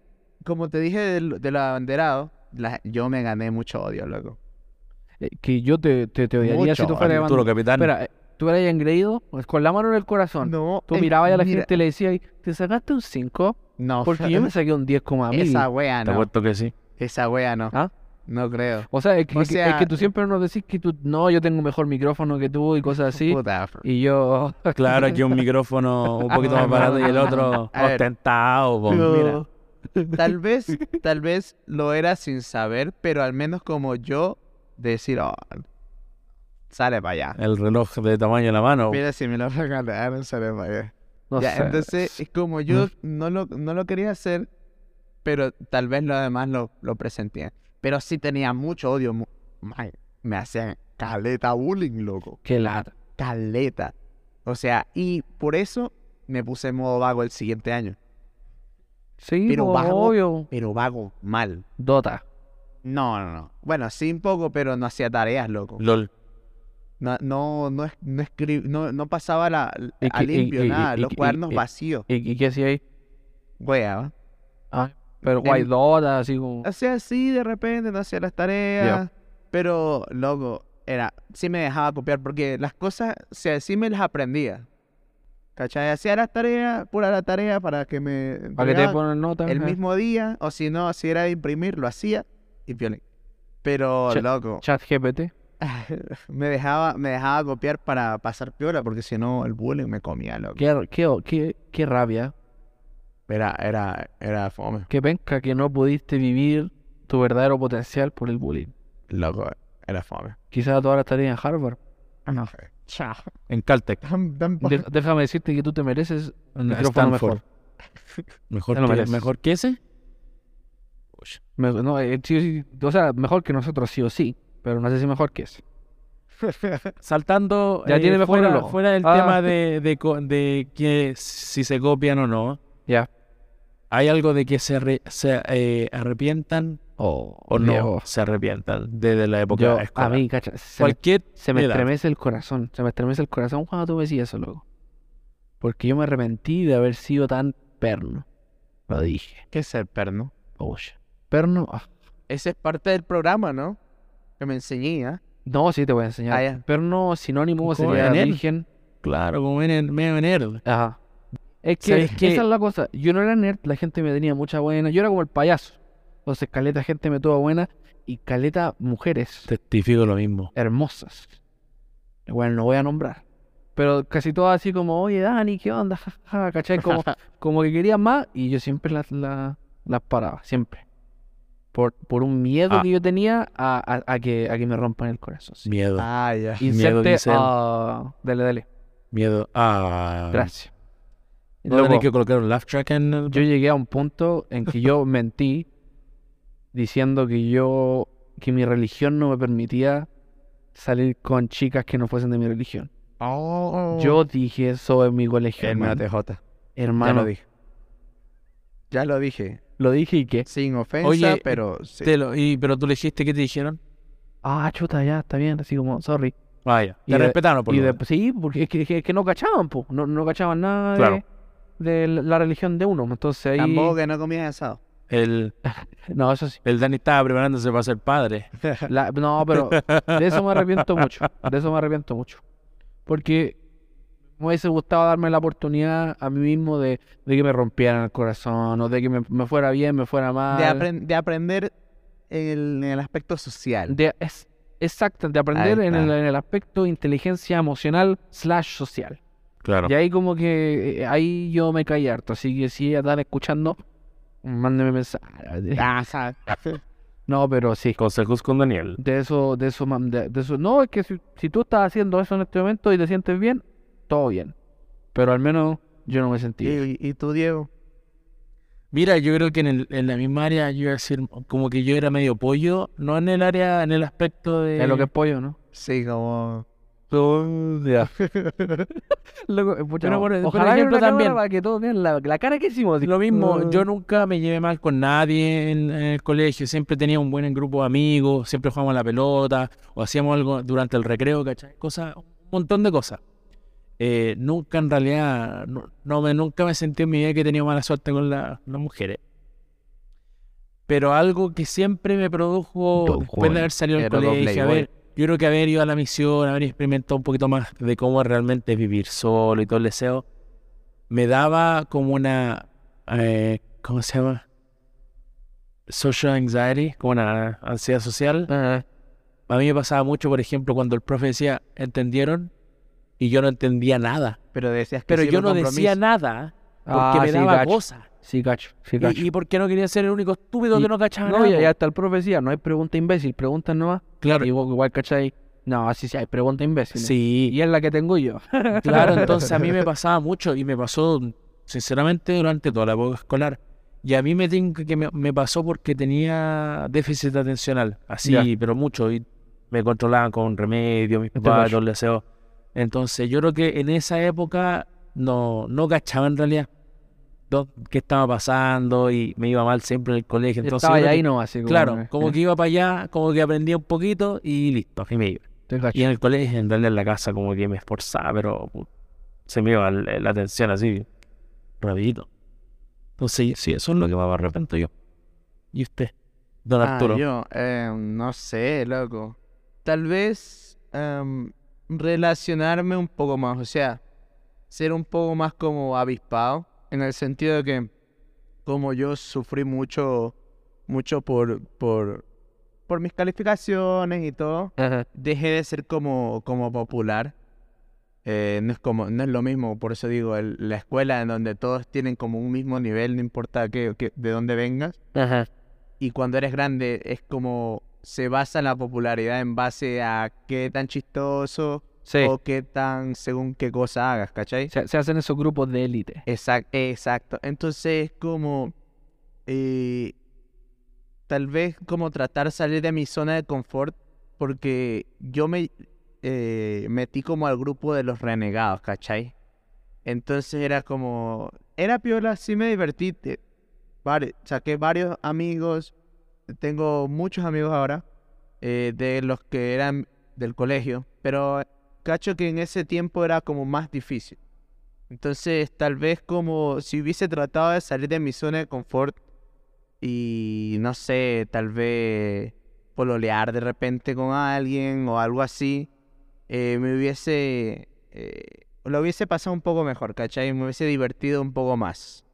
B: como te dije del, del abanderado, la- yo me gané mucho odio, loco.
A: Eh, que yo te, te, te odiaría si
B: Mucho,
A: tú fueras de
C: Arturo
A: banda.
C: Capitán.
A: Espera, eh, tú eras engreído pues, con la mano en el corazón.
B: No,
A: Tú
B: es-
A: mirabas a la
B: Eh, mira,
A: gente y le decías, ¿te sacaste un 5?
B: No,
A: Porque yo me saqué un 10,000.
B: esa wea no.
C: Te apuesto que sí.
B: Esa wea no.
A: ¿Ah?
B: No creo.
A: O sea, es que,
B: O
A: es que- es
B: sea,
A: que tú siempre nos decís que tú, no, yo tengo un mejor micrófono que tú y cosas así.
B: Puta, bro.
A: Y yo,
C: Claro, aquí un micrófono un poquito más barato y el otro
B: A ver.
C: ostentado. po.
B: Pero Tal vez, tal vez lo era sin saber, pero al menos como yo, decir, oh, sale para allá.
C: El reloj de tamaño en la mano.
B: Mira, si me lo regalaron, sale para allá.
A: no
B: Ya,
A: sé.
B: entonces, es como yo no lo, no lo quería hacer, pero tal vez lo demás lo, lo presentía. Pero sí tenía mucho odio. mu- man, me hacían caleta bullying, loco.
A: Qué lata.
B: Caleta. O sea, y por eso me puse en modo vago el siguiente año.
A: Sí,
B: Pero
A: po,
B: vago.
A: obvio.
B: Pero vago mal.
A: Dota.
B: No, no, no. Bueno, sí un poco, pero no hacía tareas, loco.
C: LOL.
B: No, no, no, es- no, escri- no, no pasaba la,
A: Y
B: a
A: que- y-
B: limpio,
A: y-
B: nada.
A: y-
B: los
A: y-
B: cuadernos
A: y-
B: vacíos.
A: ¿Y, y qué hacía ahí?
B: Wea, ¿va?
A: Ah, pero guay,
B: En-
A: Dota, así como...
B: O sea, sí, de repente no hacía las tareas. Pero, loco, era, sí me dejaba copiar porque las cosas, o sea, sí me las aprendía. ¿Cachai? Hacía las tareas, pura la tarea para que me
A: ¿Para que te
B: entregaban
A: ponen nota?
B: el
A: Ah.
B: mismo día. O si no, si era de imprimir, lo hacía y violé. Pero,
A: Che-
B: loco,
A: Chat GPT.
B: me dejaba, me dejaba copiar para pasar piola porque si no, el bullying me comía, loco.
A: Qué, qué, qué, qué rabia,
B: Era, era, era fome.
A: qué penca que no pudiste vivir tu verdadero potencial por el bullying.
B: Loco, era fome.
A: Quizás ahora estarías en Harvard. Ah,
B: No, chao.
C: En Caltech.
B: Tan, tan
A: Dej- déjame decirte que tú te mereces un
C: En
A: micrófono
C: Stanford.
A: mejor.
C: Mejor,
A: Te lo
C: que,
A: mereces.
C: mejor que ese. Uy,
A: Me- no, eh, sí o sí, o sea, mejor que nosotros sí o sí, pero no sé si mejor que ese.
C: Saltando eh,
A: Ya tiene mejor
C: fuera,
A: reloj.
C: fuera del
A: Ah.
C: tema de, de co- de que si se copian o no.
A: Ya.
C: ¿Hay algo de que se, re- se, eh, arrepientan
A: Oh,
C: o no
A: Diego.
C: se arrepientan desde la época
A: Yo, a
C: escolar?
A: mí, cacha, se me,
C: Cualquier
A: se me
C: edad.
A: estremece el corazón. Se me estremece el corazón cuando tú me decías eso, loco. Porque yo me arrepentí de haber sido tan perno. Lo dije.
B: ¿Qué es el perno?
A: Oye. Perno. ah,
B: Ese es parte del programa, ¿no? Que me enseñé, ¿ah?
A: No, sí te voy a enseñar.
B: Ah, ya.
A: Perno sinónimo
C: ¿Cómo
A: sería
C: en él?
A: virgen.
C: Claro, como en medio nerd.
A: Ajá. Es que,
C: ¿Sabes qué?
A: esa es la cosa. Yo no era nerd, la gente me tenía mucha buena. Yo era como el payaso. Entonces, caleta gente me tuvo buena y caleta mujeres
C: Testifico lo mismo.
A: hermosas. Bueno, no voy a nombrar. Pero casi todas así como, oye, Dani, ¿qué onda? Ja, ja, ja", ¿Cachai? Como, como que querían más y yo siempre las, las, las paraba, siempre. Por, por un miedo
C: Ah.
A: que yo tenía a, a- a que, a que me rompan el corazón. sí.
C: Miedo.
B: Ah, ya.
C: miedo,
A: Inserte,
C: dice él.
A: ah, dale, dale.
C: Miedo. Ah.
A: Gracias.
C: Voy a tener
A: Loco,
C: que colocar un laugh track en el...
A: yo llegué a un punto en que yo mentí diciendo que yo, que mi religión no me permitía salir con chicas que no fuesen de mi religión. Yo dije eso en mi colegio.
B: El
A: hermano.
B: MTJ. Ya
A: Hermano,
B: lo dije. Ya lo dije.
A: lo dije y qué.
B: Sin ofensa,
C: Oye,
B: pero sí.
C: Te lo- y, pero tú le dijiste qué te dijeron.
A: Ah, chuta, ya, está bien, así como, sorry.
C: Vaya.
A: Y
C: Te
A: de-
C: respetaron por
A: y
C: lo
A: de-
C: menos.
A: sí, porque es que, es que no cachaban, po. No, no cachaban nada de-
C: Claro.
A: de, la religión de uno. Entonces ahí.
B: Tampoco que no comías asado.
C: El,
A: No, eso sí.
C: el Dani estaba preparándose para ser padre.
A: La- no, pero de eso me arrepiento mucho. De eso me arrepiento mucho. Porque me hubiese gustado darme la oportunidad a mí mismo de, de que me rompieran el corazón, o de que me, me fuera bien, me fuera mal.
B: De, apren- de aprender el- en el aspecto social.
A: De- es- exacto, de aprender en el,
B: está.
A: en el aspecto inteligencia emocional slash social.
C: Claro.
A: Y ahí como que, eh, ahí yo me caí harto. Así que si están escuchando, mándenme mensaje.
B: Ajá.
A: No, pero sí.
C: Consejos con Daniel.
A: De eso, de eso, mam- de, de eso. No, es que si, si tú estás haciendo eso en este momento y te sientes bien, todo bien. Pero al menos yo no me sentí. bien.
B: ¿Y, y tú, Diego?
C: Mira, yo creo que en, el- en la misma área, yo iba a decir, como que yo era medio pollo, no en el área, en el aspecto de...
A: Es lo que es pollo, ¿no?
B: Sí, como...
C: Pero, ya. Pero por- por
A: ojalá haya
C: ejemplo,
A: una cámara
C: también-
A: para que todos vean la, la cara que hicimos. así.
C: Lo mismo,
A: Ah.
C: yo nunca me llevé mal con nadie en, en el colegio, siempre tenía un buen grupo de amigos, siempre jugábamos a la pelota o hacíamos algo durante el recreo, ¿cachai? Cosas, un montón de cosas. Eh, nunca en realidad, no, no me, nunca me sentí en mi vida que he tenido mala suerte con la- las mujeres. Pero algo que siempre me produjo
A: Don
C: después
A: Juan,
C: de haber salido del
B: era don
C: colegio,
B: Playboy.
C: haber- yo creo que haber ido a la misión, haber experimentado un poquito más de cómo realmente es vivir solo y todo el deseo, me daba como una, eh, ¿cómo se llama? Social anxiety, como una ansiedad social.
A: Ah,
C: A mí me pasaba mucho, por ejemplo, cuando el profe decía, ¿entendieron? Y yo no entendía nada.
B: Pero decías que
C: Pero
B: sí
C: yo
B: por
C: no decía
B: compromiso.
C: nada porque
A: ah,
C: me
A: sí,
C: daba
A: cacho.
C: cosa.
A: Sí, cacho. Sí, cacho.
C: Y, y porque no quería ser el único estúpido
A: Y-
C: que no cachaba
A: no,
C: nada.
A: y, y
C: po.
A: hasta el profe decía, no hay pregunta imbécil, pregunta nomás.
C: Claro,
A: Y vos igual, ¿cachai? No, así sí hay pregunta imbécil.
C: sí.
A: Y es la que tengo yo.
C: Claro, entonces a mí me pasaba mucho y me pasó, sinceramente, durante toda la época escolar. Y a mí me, tin- que me, me pasó porque tenía déficit atencional, así,
A: Ya. Este
C: pero mucho. Y me controlaban con remedio, mis
A: Te
C: papás,
A: cacho.
C: todo el deseo. Entonces yo creo que en esa época no, no cachaba en realidad dó- qué estaba pasando y me iba mal siempre en el colegio. Entonces,
A: Estaba
C: yo creo
A: ahí ¿eh?
C: que-
A: no así como
C: claro,
A: que-
C: como que iba para allá, como que aprendía un poquito y listo, y me iba.
A: Te cacho.
C: Y en el colegio, en realidad en la casa, como que me esforzaba, pero pu- se me iba la la atención así, rapidito. Entonces, sí, eso es lo que más me arrepiento yo. ¿Y usted? Don
B: Ah,
C: Arturo.
B: yo, eh, no sé, loco. Tal vez em, relacionarme un poco más, o sea, ser un poco más como avispado, en el sentido de que como yo sufrí mucho, mucho por, por, por mis calificaciones y todo,
A: Ajá.
B: dejé de ser como, como popular. Eh, no es como, no es lo mismo, por eso digo, el- la escuela en donde todos tienen como un mismo nivel, no importa que, de dónde vengas
A: Ajá.
B: y cuando eres grande es como se basa la popularidad en base a qué tan chistoso
A: Sí.
B: o qué tan según qué cosa hagas, ¿cachai?
A: Se, se hacen esos grupos de élite.
B: Exac- exacto. Entonces es como eh, tal vez como tratar de salir de mi zona de confort porque yo me eh, metí como al grupo de los renegados, ¿cachai? Entonces era como, era piola, sí me divertí, te- vari- saqué varios amigos, tengo muchos amigos ahora eh, de los que eran del colegio, pero cacho que en ese tiempo era como más difícil. Entonces, tal vez como si hubiese tratado de salir de mi zona de confort y no sé, tal vez pololear de repente con alguien o algo así, eh, me hubiese, eh, lo hubiese pasado un poco mejor, ¿cachai? Me hubiese divertido un poco más.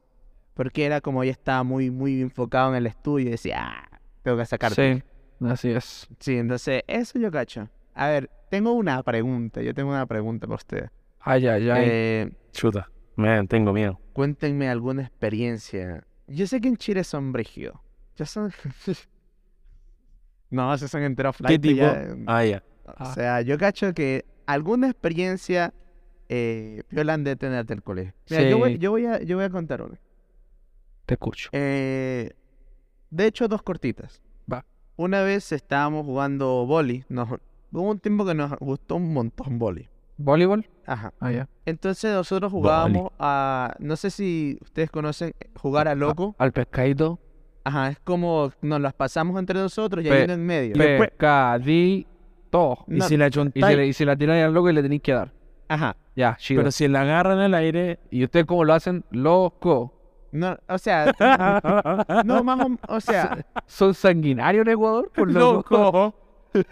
B: Porque era como ya estaba muy, muy enfocado en el estudio y decía, ah, tengo que sacar.
A: Sí, así es.
B: sí, entonces, eso yo cacho. A ver, tengo una pregunta, yo tengo una pregunta para usted.
A: Ay, ay, ay.
B: Eh,
C: Chuta, me tengo miedo.
B: Cuéntenme alguna experiencia. Yo sé que en Chile son brígidos. Ya son. no, esos son enteros
C: ¿Qué
B: flight.
C: tipo? Ah, ya.
A: Ah.
B: O sea, yo cacho que alguna experiencia eh, violan de tenerte el colegio. Mira, yo, voy,
A: Sí.
B: yo, voy a, yo voy a contar una.
A: Te escucho.
B: Eh, de hecho, dos cortitas.
A: Va.
B: Una vez estábamos jugando boli. Nos, hubo un tiempo que nos gustó un montón boli.
A: ¿Voleibol?
B: Ajá.
A: Ah, ya.
B: Entonces nosotros
C: Boli.
B: jugábamos a. No sé si ustedes conocen eh, jugar a loco.
A: Al pescadito.
B: Ajá, es como nos las pasamos entre nosotros y
A: Pe-
B: hay uno en medio.
C: después-
A: Pescadito.
C: Y
B: No,
C: si la
A: Y si,
C: chontáis,
A: le- y si la tiráis al loco y le tenéis que dar.
B: Ajá.
A: Ya, chido.
C: pero si la agarran en el aire,
A: ¿Y ustedes cómo lo hacen? Loco.
B: No, o sea, no, más o, o sea,
A: ¿Son sanguinarios en Ecuador? Por los dos?
C: Loco.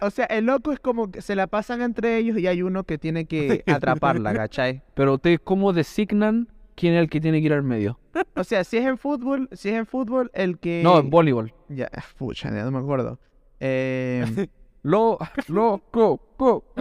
B: o sea, el loco es como que se la pasan entre ellos y hay uno que tiene que atraparla, ¿cachai?
A: Pero ustedes, ¿cómo designan quién es el que tiene que ir al medio?
B: O sea, si es en fútbol, si es en fútbol, el que...
A: No, en voleibol.
B: Ya, pucha, ya no me acuerdo. Eh,
A: Lo, loco, co.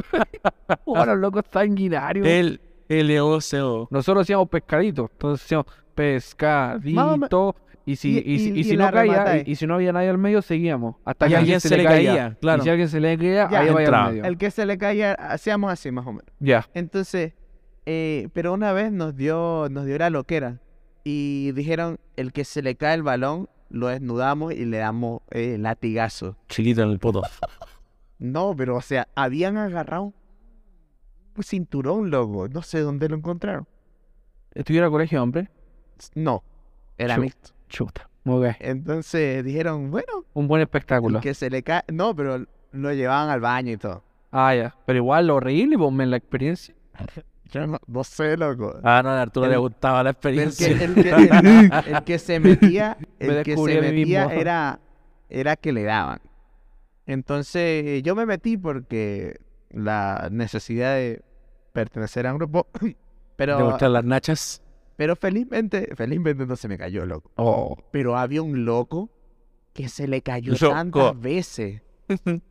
A: Ahora, locos sanguinarios.
C: El LOCO.
A: Nosotros hacíamos pescadito, entonces hacíamos
B: Más o me-
A: pescadito. Y si,
B: y-
A: y, si-
B: y-
A: y
B: y
A: si
B: la
A: no caía,
B: rematáis.
A: y, y si no había nadie al medio, seguíamos. Hasta
C: Y
A: que
C: a alguien se le caía, claro.
A: Y si a alguien se le caía,
B: Ya,
A: ahí vaya
C: entraba.
A: al medio.
B: el que se le caiga, hacíamos así más o menos.
A: Ya.
B: Entonces, eh, pero una vez nos dio, nos dio la loquera y dijeron, el que se le cae el balón, lo desnudamos y le damos eh, latigazo.
C: Chilito en el poto.
B: No, pero o sea, habían agarrado un cinturón, loco. No sé dónde lo encontraron.
A: ¿Estuviera colegio, hombre?
B: S- No, era
A: Chu.
B: mixto.
A: Chuta. Muy bien.
B: Entonces dijeron, bueno,
A: Un buen espectáculo.
B: el que se le cae... No, pero lo llevaban al baño y todo.
A: Ah, ya. Pero igual, lo horrible, ponme en la experiencia.
B: Yo no, no sé, loco.
C: Ah, no, a Arturo le
B: El-
C: gustaba la
B: El que,
C: experiencia.
B: el que- el- el que se metía,
A: Me
B: el que
A: descubrí
B: se
A: a mí
B: metía
A: mismo.
B: era, era que le daban. Entonces yo me metí porque la necesidad de pertenecer a un grupo,
C: ¿Te
B: pero,
C: gustan las nachas?
B: pero felizmente, felizmente no se me cayó, loco.
A: Oh.
B: Pero había un loco que se le cayó
C: Loco.
B: tantas veces.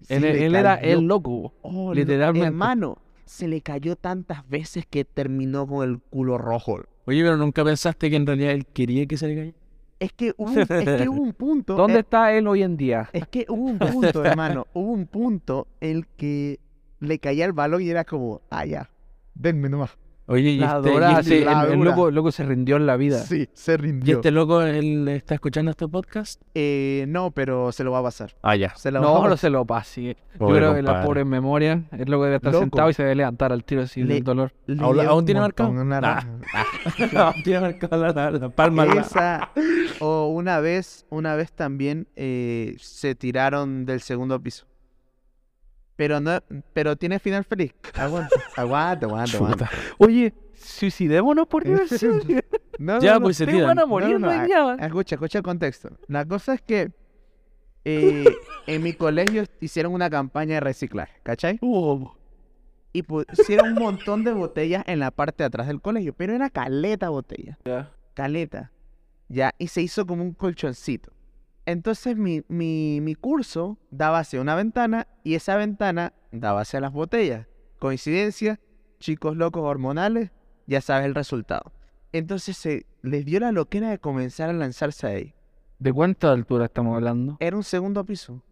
B: Se
A: él
B: le
A: él era
B: cayó.
A: el loco.
B: Oh, lo-
A: literalmente.
B: Hermano, se le cayó tantas veces que terminó con el culo rojo.
C: Oye, pero nunca pensaste que en realidad él quería que se le cayera.
B: Es que hubo, un- es que hubo un punto.
A: ¿Dónde
B: eh,
A: está él hoy en día?
B: Es que hubo un punto, hermano, hubo un punto en que le caía el balón y era como, ah, ya, denme nomás.
C: Oye, y
B: La
C: este, y
B: dorada,
C: este-
A: Sí, el,
B: la
A: el
B: dura.
A: loco, el loco se rindió en la vida.
B: Sí, se
C: y
B: rindió.
C: este loco él está escuchando este podcast.
B: Eh, no, pero se lo va a pasar.
C: Ah, ya.
B: Se lo va a
A: No,
B: pasar.
A: no se lo pase. Yo
C: Pobre
A: creo que la
C: compadre.
A: pobre memoria es lo que debe estar
B: Loco.
A: sentado y se debe levantar al tiro sin
B: Le-
A: el dolor.
B: Le
C: ¿Aún-
B: dio
C: aún
B: un
C: tiene marcado?
B: montón en la
C: Nah.
B: raja.
C: Tiene marcado la, la- la palma. la-
B: Esa, o una vez, una vez también eh, se tiraron del segundo piso. Pero no, pero tiene final feliz. Aguanta, aguanta, aguanta, aguanta.
A: Oye, suicidémonos por
B: ¿En
A: diversión.
B: serio? No,
C: Ya,
B: no, no.
C: pues se
A: Te van a
C: tiran.
A: morir
B: no,
A: hoy
B: a-
A: día.
B: Escucha, escucha el contexto. La cosa es que eh, en mi colegio hicieron una campaña de reciclaje, ¿cachai?
A: Oh,
B: Y pusieron un montón de botellas en la parte de atrás del colegio, pero era caleta botella. Caleta. Ya, y se hizo como un colchoncito. Entonces mi, mi, mi curso daba hacia una ventana y esa ventana daba hacia las botellas. Coincidencia, chicos locos hormonales, ya sabes el resultado. Entonces se les dio la loquera de comenzar a lanzarse ahí.
A: ¿De cuánta altura estamos hablando?
B: Era un segundo piso.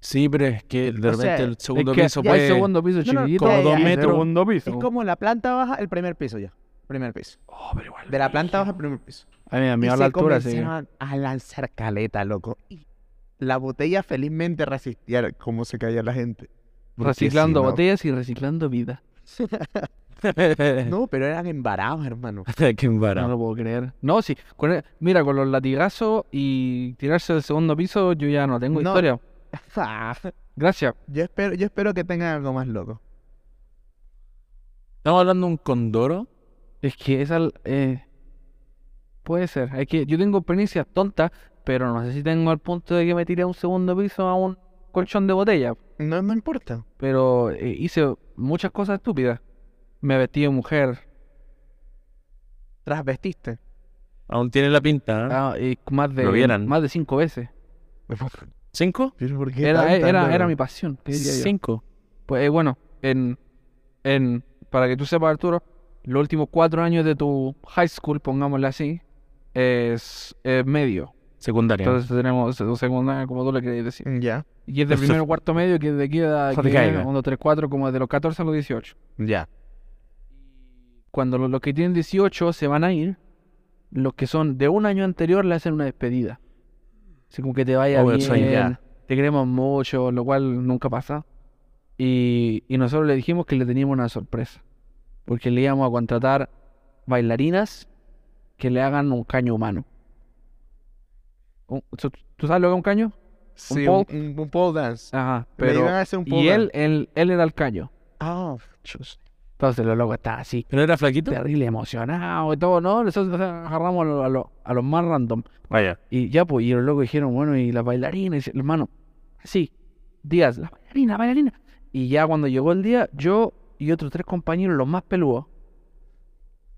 C: Sí, pero es que de
B: O
C: repente
B: sea,
C: el segundo
A: es que
C: piso
A: ya
C: puede...
A: el segundo piso
B: No, no,
A: chiquitito.
B: como dos
A: el
C: metros.
A: Segundo piso.
B: Es como la planta baja, el primer piso ya. Primer piso.
A: Oh, pero igual.
B: De la planta baja, el primer piso.
A: A mí me da miedo la
B: y se
A: altura, sí.
B: comenzaron a lanzar caleta, loco. Y la botella felizmente resistía cómo se caía la gente. Porque si
A: Reciclando
B: no-
A: botellas y reciclando vida.
B: No, pero eran embarados, hermano.
C: Qué
A: No
C: embarazo.
A: lo puedo creer. No, sí. con el- mira, con los latigazos y tirarse del segundo piso, yo ya no tengo
B: No.
A: historia. Gracias.
B: Ah. yo espero, yo espero que tengan algo más loco.
C: Estamos hablando de un condoro.
A: Es que esa l- eh, puede ser. Es que yo tengo experiencias tontas, pero no sé si tengo al punto de que me tiré a un segundo piso a un colchón de botella.
B: No, no importa.
A: Pero eh, hice muchas cosas estúpidas. Me vestí de mujer.
B: Transvestiste.
C: Aún tiene la pinta. ¿eh?
A: ah, y más de
C: Lo vieran.
A: más de cinco veces.
C: ¿Cinco?
B: Pero ¿por qué
A: Era,
B: tantas,
A: era, era
B: loco?
A: mi pasión, que diría yo.
C: Cinco.
A: Pues eh, bueno, en, en, para que tú sepas, Arturo, los últimos cuatro años de tu high school, pongámosle así, es eh, medio.
C: Secundaria.
A: Entonces tenemos dos secundaria, como tú le querías decir.
B: Ya.
A: Y es de primero a cuarto medio, que de queda
C: Eso te caiga.
A: 1, 3, 4, como de los 14 a los 18.
B: Ya.
A: Cuando lo- los que tienen 18 se van a ir, los que son de un año anterior le hacen una despedida. Así como que te vaya
C: Oh, el
A: bien,
C: sueño, ya.
A: te queremos mucho, lo cual nunca pasa. Y, y nosotros le dijimos que le teníamos una sorpresa. Porque le íbamos a contratar bailarinas que le hagan un caño humano. Un- ¿Tú tú sabes lo que es un caño?
B: Sí, un,
A: pole?
B: un- un pole dance.
A: Ajá,
B: Me
A: pero...
B: iban a hacer un pole
A: Y él,
B: dance.
A: él, él era el caño.
B: Ah, chus.
A: Entonces los locos estaban así,
C: ¿Pero era flaquito?
A: terrible emocionados y todo, ¿no? Nosotros o sea, agarramos a, lo- a lo- a los más random.
C: Vaya.
A: Y ya, pues, y los locos dijeron, bueno, y las bailarinas, y dice, hermano, sí, Díaz, la bailarina, bailarina. Y ya cuando llegó el día, yo y otros tres compañeros, los más peludos,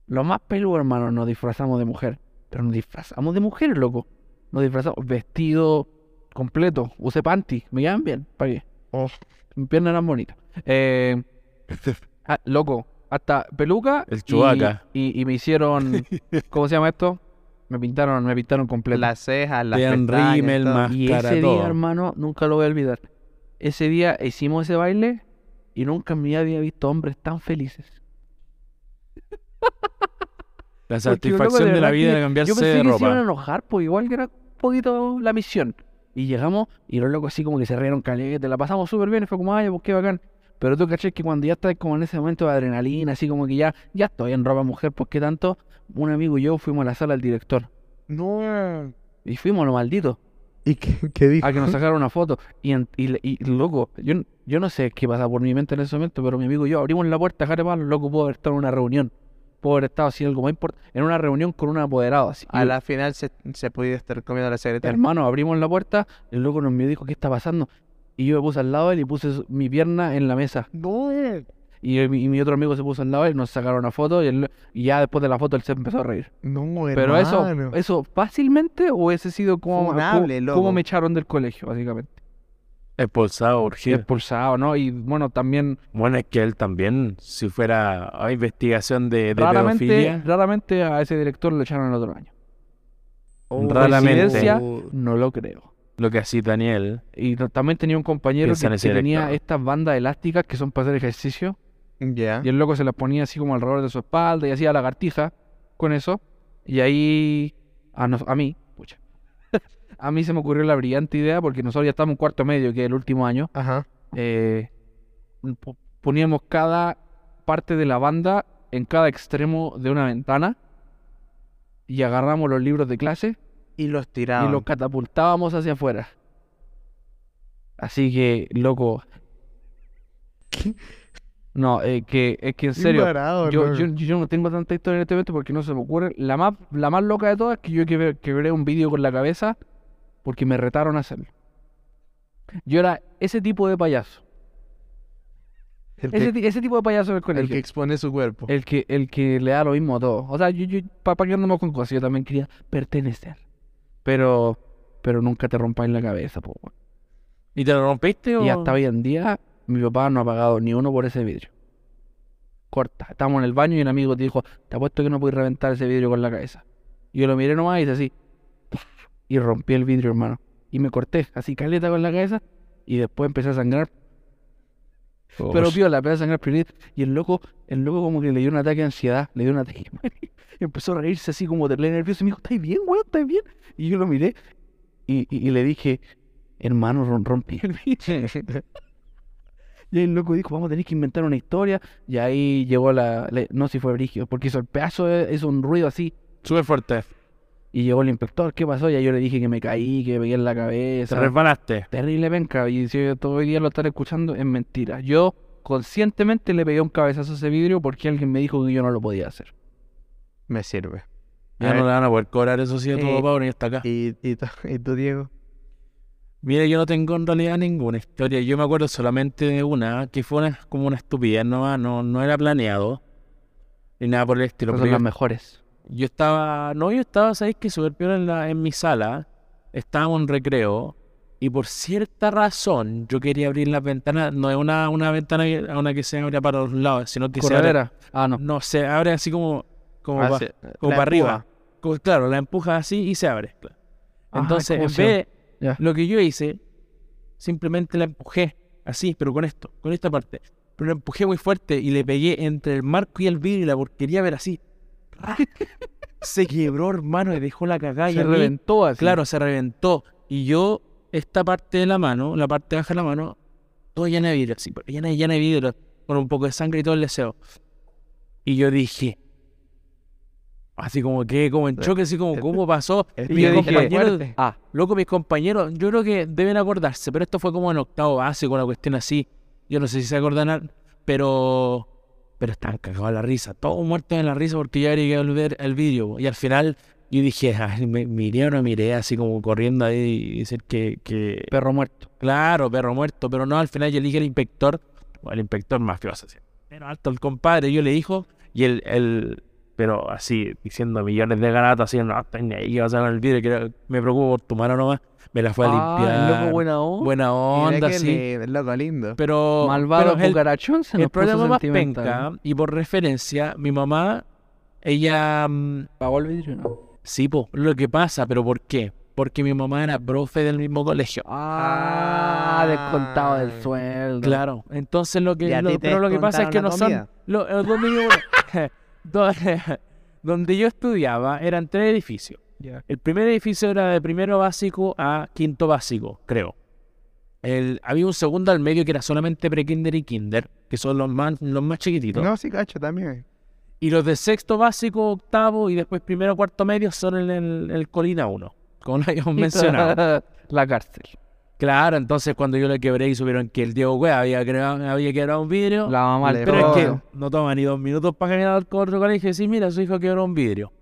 A: los más peludos, hermano, nos disfrazamos de mujer. Pero nos disfrazamos de mujer, loco. Nos disfrazamos, vestido completo, usé panty, me quedan bien, ¿para qué?
B: Oh.
A: Mis piernas eran bonitas. Eh, ah, loco, hasta peluca.
C: El
A: y-
C: Chewbacca.
A: Y, y me hicieron, ¿cómo se llama esto? Me pintaron, me pintaron completo.
B: Las cejas, las
C: Tenían
B: pestañas,
C: rímel,
B: todo.
C: más.
A: Y
C: Máscara,
A: ese
C: todo.
A: día, hermano, nunca lo voy a olvidar. Ese día hicimos ese baile y nunca en mi vida había visto hombres tan felices.
C: La
A: Porque, loco,
C: satisfacción de, la
A: verdad
C: vida
A: que
C: de cambiarse
A: Yo pensé
C: de
A: que se iban a
C: ropa.
A: enojar, pues igual que era un poquito la misión. Y llegamos y los locos así como que se rieron caliente, la pasamos súper bien, y fue como, ay, pues qué bacán. Pero tú caché que cuando ya estás como en ese momento de adrenalina, así como que ya, ya estoy en ropa mujer, pues qué tanto, un amigo y yo fuimos a la sala del director.
B: No.
A: Y fuimos lo maldito.
B: ¿Y qué, qué dijo?
A: a que nos sacaron una foto. Y, en- y, le- y, loco, yo, n- yo no sé qué pasa por mi mente en ese momento, pero mi amigo y yo abrimos la puerta, jare palo, loco, puedo haber estado en una reunión. Puedo haber estado así, algo más importante, en una reunión con un apoderado. Así.
B: A
A: Y,
B: la final se, se podía estar comiendo la secretaria.
A: Hermano, abrimos la puerta, el loco nos miró y dijo, ¿qué está pasando? Y yo me puse al lado de él y puse su- mi pierna en la mesa.
B: No.
A: Y, mi- y mi otro amigo se puso al lado de él, nos sacaron una foto y, él- y ya después de la foto él se empezó a reír.
B: No,
A: Pero eso, eh,
B: hermano.
A: eso fácilmente hubiese sido como,
B: Funable,
A: como,
B: loco.
A: me echaron del colegio, básicamente.
C: Expulsado, urgido.
A: Expulsado, ¿no? Y bueno, también
C: Bueno, es que él también, si fuera a investigación de, de
A: raramente,
C: pedofilia,
A: raramente a ese director lo echaron el otro año.
B: Oh,
C: Raramente.
A: Coincidencia,
B: oh.
A: no lo creo.
C: lo que hacía Daniel,
A: Y no- también tenía un compañero
C: Piensa
A: que,
C: en ese
A: que tenía
C: director.
A: estas bandas elásticas que son para hacer ejercicio.
B: Ya.
A: Y el loco se las ponía así como alrededor de su espalda y hacía lagartija con eso. Y ahí a, nos- a mí, pucha, a mí se me ocurrió la brillante idea porque nosotros ya estamos en cuarto medio, que es el último año.
B: Ajá.
A: eh, po- poníamos cada parte de la banda en cada extremo de una ventana y agarramos los libros de clase
B: Y los
A: y
B: tiraban.
A: los catapultábamos hacia afuera. Así que, loco.
B: ¿Qué?
A: No, eh, que, es que en serio,
B: Imparado,
A: yo,
B: loco.
A: yo, yo no tengo tanta historia en este momento porque no se me ocurre. La más, la más loca de todas es que yo quebré, quebré un vídeo con la cabeza porque me retaron a hacerlo. Yo era ese tipo de payaso.
B: El
A: Ese,
B: que,
A: ti- ese tipo de payaso del
B: el
A: colegio.
B: que expone su cuerpo.
A: El que, el que le da lo mismo a todo. O sea, yo, yo para que andamos con cosas, yo también quería pertenecer. Pero, pero nunca te rompáis la cabeza, po, weón.
C: ¿y te lo rompiste o...?
A: Y hasta hoy en día, mi papá no ha pagado ni uno por ese vidrio. Corta. Estábamos en el baño y un amigo te dijo, te apuesto que no puedes reventar ese vidrio con la cabeza. Y yo lo miré nomás y hice así. ¡puf! Y rompí el vidrio, hermano. Y me corté, así caleta con la cabeza. Y después empecé a sangrar.
C: Oh,
A: Pero vio la empecé a sangrar priorita. Y el loco, el loco como que le dio un ataque de ansiedad. Le dio un ataque. y empezó a reírse así como terrible nervioso. Y me dijo, ¿estáis bien, weón? ¿Estáis bien? Y yo lo miré. Y, y- y le dije, hermano, rom- rompí el vidrio. Y ahí el loco dijo, vamos a tener que inventar una historia. Y ahí llegó la... la- no sé si fue Brigio, porque hizo el pedazo, de- hizo un ruido así.
C: Súper fuerte.
A: Y llegó el inspector, ¿qué pasó? Y ahí yo le dije que me caí, que me pegué en la
C: Te
A: cabeza.
C: resbalaste.
A: Terrible penca. Y si todo el día lo estar escuchando, es mentira. Yo conscientemente le pegué un cabezazo a ese vidrio porque alguien me dijo que yo no lo podía hacer.
B: Me sirve.
C: Ya
B: A
C: no
B: ver.
C: le van a poder cobrar eso sí a tu
B: Eh,
C: papá, ni está acá.
B: ¿Y, y, tú- y tú, Diego?
C: Mira, yo no tengo en realidad ninguna historia. Yo me acuerdo solamente de una, que fue una- como una estupidez nomás, no, no era planeado. Ni nada por el estilo.
A: Esas
C: pero
A: son
C: yo-
A: las mejores.
C: Yo estaba, no, yo estaba, ¿sabéis que Súper piola en, la, en mi sala, estábamos en recreo y por cierta razón yo quería abrir las ventanas, no es una, una ventana que, una que se abre para los lados, sino que se abre,
A: Corredera. Ah, no.
C: no, Ah, se abre así como, como, pa-
B: Hacia-
C: como
B: la
C: para arriba,
B: empuja.
C: Como- claro, la empuja así y se abre. claro.
A: Ah,
C: Entonces,
A: ¿cómo
C: en
A: se
C: vez,
A: Ya.
C: lo que yo hice, simplemente la empujé, así, pero con esto, con esta parte, pero la empujé muy fuerte y le pegué entre el marco y el vidrio y la porquería, ver así, se quebró, hermano, y dejó la cagada. y
A: Se
C: a mí-
A: reventó así.
C: Claro, se reventó. Y yo, esta parte de la mano, la parte baja de la mano, toda llena de vidrio, así, pero llena, llena de vidrio, con un poco de sangre y todo el deseo. Y yo dije, así como que, como en choque, así como, ¿cómo pasó?
B: Es
A: Y yo
C: Y mis
B: bien,
A: dije,
C: compañeros,
B: fuerte.
A: ah,
C: loco, mis compañeros, yo creo que deben acordarse, pero esto fue como en octavo básico, una cuestión así. Yo no sé si se acordarán, pero pero están cagados a la risa, todos muertos en la risa porque ya llegué a ver el vídeo. po. Y al final yo dije, "Ay, me, miré o no miré, así como corriendo ahí y decir que, que
A: Perro muerto.
C: claro, perro muerto, pero no, al final yo le dije al inspector, o al inspector mafioso, así, pero alto el compadre, yo le dijo, y el, el pero así, diciendo millones de garatos, así, no, estoy ni ahí, vas a ver el vídeo, que era- me preocupo por tu mano nomás, me la fue a
A: Ah, el
C: limpiar.
A: loco buena onda.
C: Buena onda,
B: que
C: sí.
B: lindo, loco lindo.
C: Pero,
A: Malvado
C: pero es el-
A: cucarachón se
C: el,
A: nos puso
C: problema más
A: sentimental.
C: penca, y por referencia, mi mamá, ella mm,
A: Apagó el vidrio, ¿no?
C: sí, po, lo que pasa, pero ¿por qué? Porque mi mamá era profe del mismo colegio.
A: Ah, descontado del
B: Ah.
A: sueldo.
C: Claro, entonces lo
B: Y
C: que
B: a
C: lo-
B: ti te
C: pero lo que pasa es que no
B: descontaron la
C: son lo- los dos mínimos- do- donde yo estudiaba eran tres edificios.
A: Ya.
C: El primer edificio era de primero básico a quinto básico, creo. El, había un segundo al medio que era solamente pre-kinder y kinder, que son los más, los más chiquititos.
B: No, sí, cacho, también.
C: Y los de sexto básico, octavo y después primero, cuarto medio son en el, el Colina 1, como lo habíamos mencionado.
A: La cárcel.
C: Claro, entonces cuando yo le quebré y supieron que el Diego Cueva había, creado- había quebrado un vidrio.
A: La mamá
B: Le
A: al
C: Pero es que
A: toro.
C: no toma ni dos minutos para caminar al otro colegio y decir, mira, su hijo quebró un vidrio.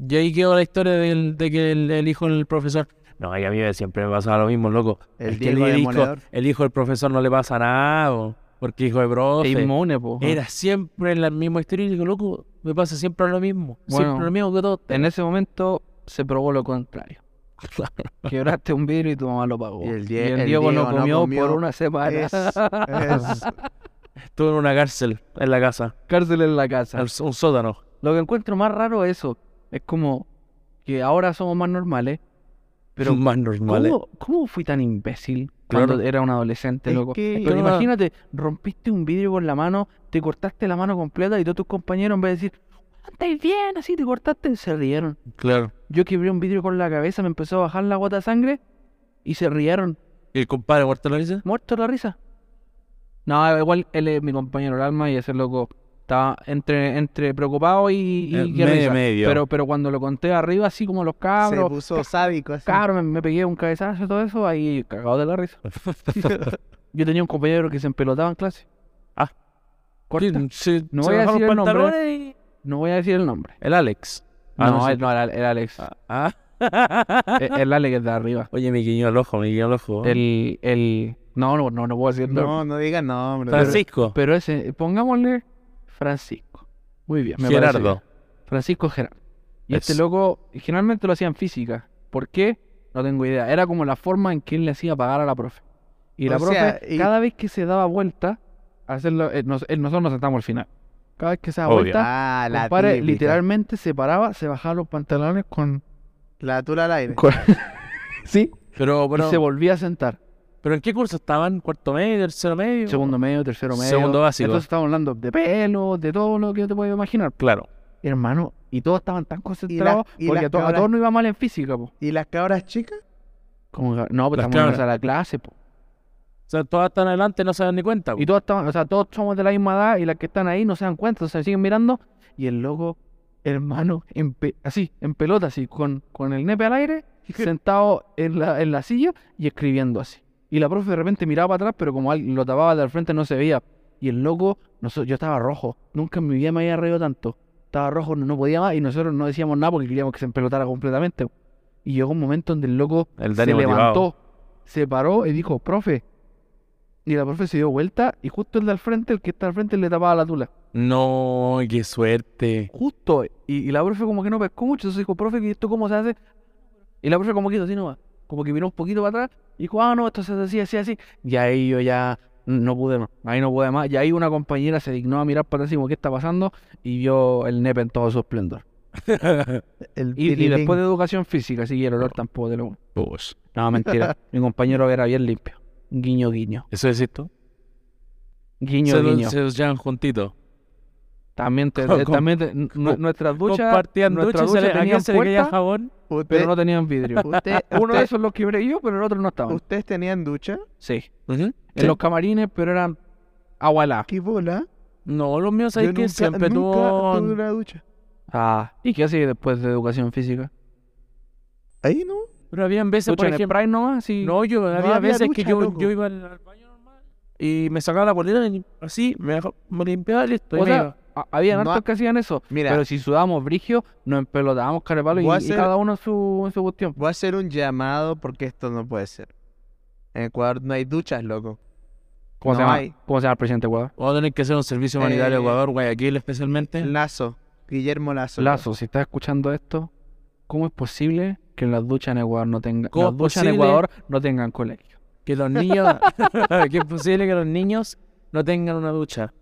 C: Y ahí quedó la historia del- de que el, el hijo del profesor. No, y a mí siempre me pasaba lo mismo, loco.
B: El
C: Es que
B: Diego
C: el, hijo,
B: Demoledor.
C: el hijo del profesor no le pasa nada, bo, porque hijo de
A: Es
C: profe.
A: inmune, po.
C: Era siempre la misma historia y digo, loco, me pasa siempre lo mismo.
A: Bueno,
C: siempre lo mismo que todo.
A: En ese momento se probó lo contrario. Quebraste un vidrio y tu mamá lo pagó.
B: Y el Die-
A: y
B: el
A: Diego no
B: Diego no
A: comió, por
B: comió.
A: una semana.
B: Es, es-
C: Estuve en una cárcel en la casa,
A: Cárcel en la
C: al-
A: casa.
C: un sótano.
A: Lo que encuentro más raro es eso. Es como que ahora somos más normales.
C: Pero más normal. eh.
A: ¿Cómo, cómo fui tan imbécil
C: Claro.
A: cuando era un adolescente,
B: Es
A: loco?
B: que-
A: Pero
C: Claro.
A: imagínate, rompiste un vidrio con la mano, te cortaste la mano completa y todos tus compañeros en vez de decir, "Ah, estáis bien, así te cortaste, se rieron.
C: Claro.
A: Yo quebré un vidrio con la cabeza, me empezó a bajar la gota de sangre y se rieron.
C: ¿Y el compadre muerto lo dice?
A: Muerto la risa. No, igual él es mi compañero del alma y ese loco estaba entre, entre preocupado y, y
C: Eh,
A: que
C: medio,
A: risa.
C: medio.
A: Pero, pero cuando lo conté arriba, así como los
B: se
A: cabros,
B: puso sádico así.
A: cabros, me, me pegué un cabezazo y todo eso, ahí cagado de la risa. Yo tenía un compañero que se empelotaba en clase.
C: Ah.
A: Corta.
C: Sí, sí,
A: No
C: se
A: voy a
C: bajaron
A: decir el nombre. ¿eh?
C: pantalones y-
A: No voy a decir el nombre.
C: El Alex. Ah,
A: no,
C: sí.
A: él no, era, era Alex.
C: Ah.
A: E- El Alex es de arriba.
C: Oye, me guiñó el ojo, me guiñó el ojo.
A: El, el... No, no, no, no puedo decir el nombre.
B: No, no digan nombre.
C: Francisco.
A: Pero ese, pongámosle Francisco. Muy bien. me parece bien.
C: Gerardo.
A: Francisco Gerardo. Y este
C: Eso.
A: loco, generalmente lo hacían física. ¿Por qué? No tengo idea. Era como la forma en que él le hacía pagar a la profe. Y la
B: O
A: profe,
B: sea, y-
A: cada vez que se daba vuelta, hacerlo, eh, nos- eh, nosotros nos sentamos al final. Cada vez que se daba
C: Obvio.
A: vuelta,
B: Ah, la
A: compadre,
B: típica.
A: literalmente se paraba, se bajaba los pantalones con.
B: La tula al aire.
A: con- sí,
C: Pero,
A: y se
C: pero,
A: volvía a sentar.
C: pero ¿en qué curso estaban? ¿Cuarto medio, tercero medio?
A: Segundo medio, tercero medio.
C: Segundo básico.
A: Entonces estábamos hablando de pelo, de todo lo que te puedes imaginar.
C: Claro.
A: Hermano, y todos estaban tan concentrados
B: y
A: porque
B: las
A: a, to- a
B: cabras-
A: todos no iba mal en física, po.
B: ¿Y las cabras chicas?
A: Como que- no, pues
C: Las
A: estamos
C: cabras.
A: a la clase, po.
C: O sea, todas están adelante, no se dan ni cuenta. po.
A: Y todos estamos, o sea, todos somos de la misma edad y las que están ahí no se dan cuenta, o sea, siguen mirando. Y el loco, hermano, en pe- así, en pelota, así, con, con el nepe al aire, sentado en la, en la silla y escribiendo así. Y la profe de repente miraba para atrás, pero como alguien lo tapaba de al frente no se veía. Y el loco, noso- yo estaba rojo. Nunca en mi vida me había reído tanto. Estaba rojo, no, no podía más y nosotros no decíamos nada porque queríamos que se empelotara completamente. Y llegó un momento donde el loco
C: El
A: se
C: Dani motivado.
A: levantó, se paró y dijo, profe. Y la profe se dio vuelta y justo el de al frente, el que está al frente, le tapaba la tula.
C: No, qué suerte.
A: Justo. Y, y la profe como que no pescó mucho. Entonces dijo, profe, ¿y esto cómo se hace? Y la profe como que hizo así nomás. Como que miró un poquito para atrás y dijo, ah, no, esto se hace así, así, así. Y ahí yo ya no pude más. Ahí no pude más. Y ahí una compañera se dignó a mirar para atrás y como, ¿qué está pasando? Y vio el nepe en todo su esplendor.
B: El
A: Y, y después
B: pirilín.
A: de educación física, así que el olor tampoco te lo...
C: Pues,
A: No, mentira. Mi compañero era bien limpio. Guiño, guiño.
C: ¿Eso es esto?
A: Guiño,
C: se,
A: guiño.
C: se los llevan juntitos.
A: También, te,
C: Com-
A: eh,
C: com-
A: también te- n-
C: com-
A: nuestras duchas,
C: Compartían
A: nuestras
C: ducha y se le,
A: duchas
C: ¿a
A: tenían
C: quién se le caía
A: puerta,
C: jabón?
B: ¿Usted-
A: pero no tenían vidrio.
B: usted-
A: Uno de
B: usted-
A: esos los quebré yo, pero el otro no estaba.
B: ¿Ustedes tenían ducha?
A: Sí.
C: Ujú.
A: En los camarines, pero eran agualá.
B: ¿Qué bola?
C: No, los míos
B: Yo
C: hay que
B: nunca-
C: siempre
B: nunca
C: tuvo...
B: tuve una ducha.
A: Ah. ¿Y qué hacía después de educación física?
B: Ahí no.
C: Pero habían veces,
A: ¿Ducha
C: por
A: en
C: ejemplo...
A: spray nomás? Sí.
C: No, yo, había,
B: había
C: veces que
B: ducha,
C: yo,
B: loco.
C: yo iba al, al baño normal Y me sacaba la polera y así, me, dejó- me limpiaba y listo. y
A: O
C: me
A: sea,
C: iba.
A: a- habían
B: No
A: hartos
B: ha-
A: que hacían eso.
B: Mira.
A: Pero si sudábamos brigio, nos empelotábamos carepalo y,
B: Voy a
A: y
B: hacer-
A: cada uno en su, en su cuestión.
B: Voy a hacer un llamado porque esto no puede ser. En Ecuador no hay duchas, loco.
A: ¿Cómo, se
B: No
A: llama,
B: hay.
A: ¿Cómo se llama el presidente Ecuador?
C: Vamos a tener que hacer un servicio humanitario
B: Eh,
C: a Ecuador, Guayaquil especialmente.
B: Lazo. Guillermo Lazo. loco.
A: Eh. Lazo, si estás escuchando esto, ¿cómo es posible que las duchas en Ecuador no tengan,
C: ¿Cómo
A: las
C: es
A: duchas en
C: posible?
A: Ecuador no tengan colegio?
C: Que los niños. que es posible que los niños no tengan una ducha.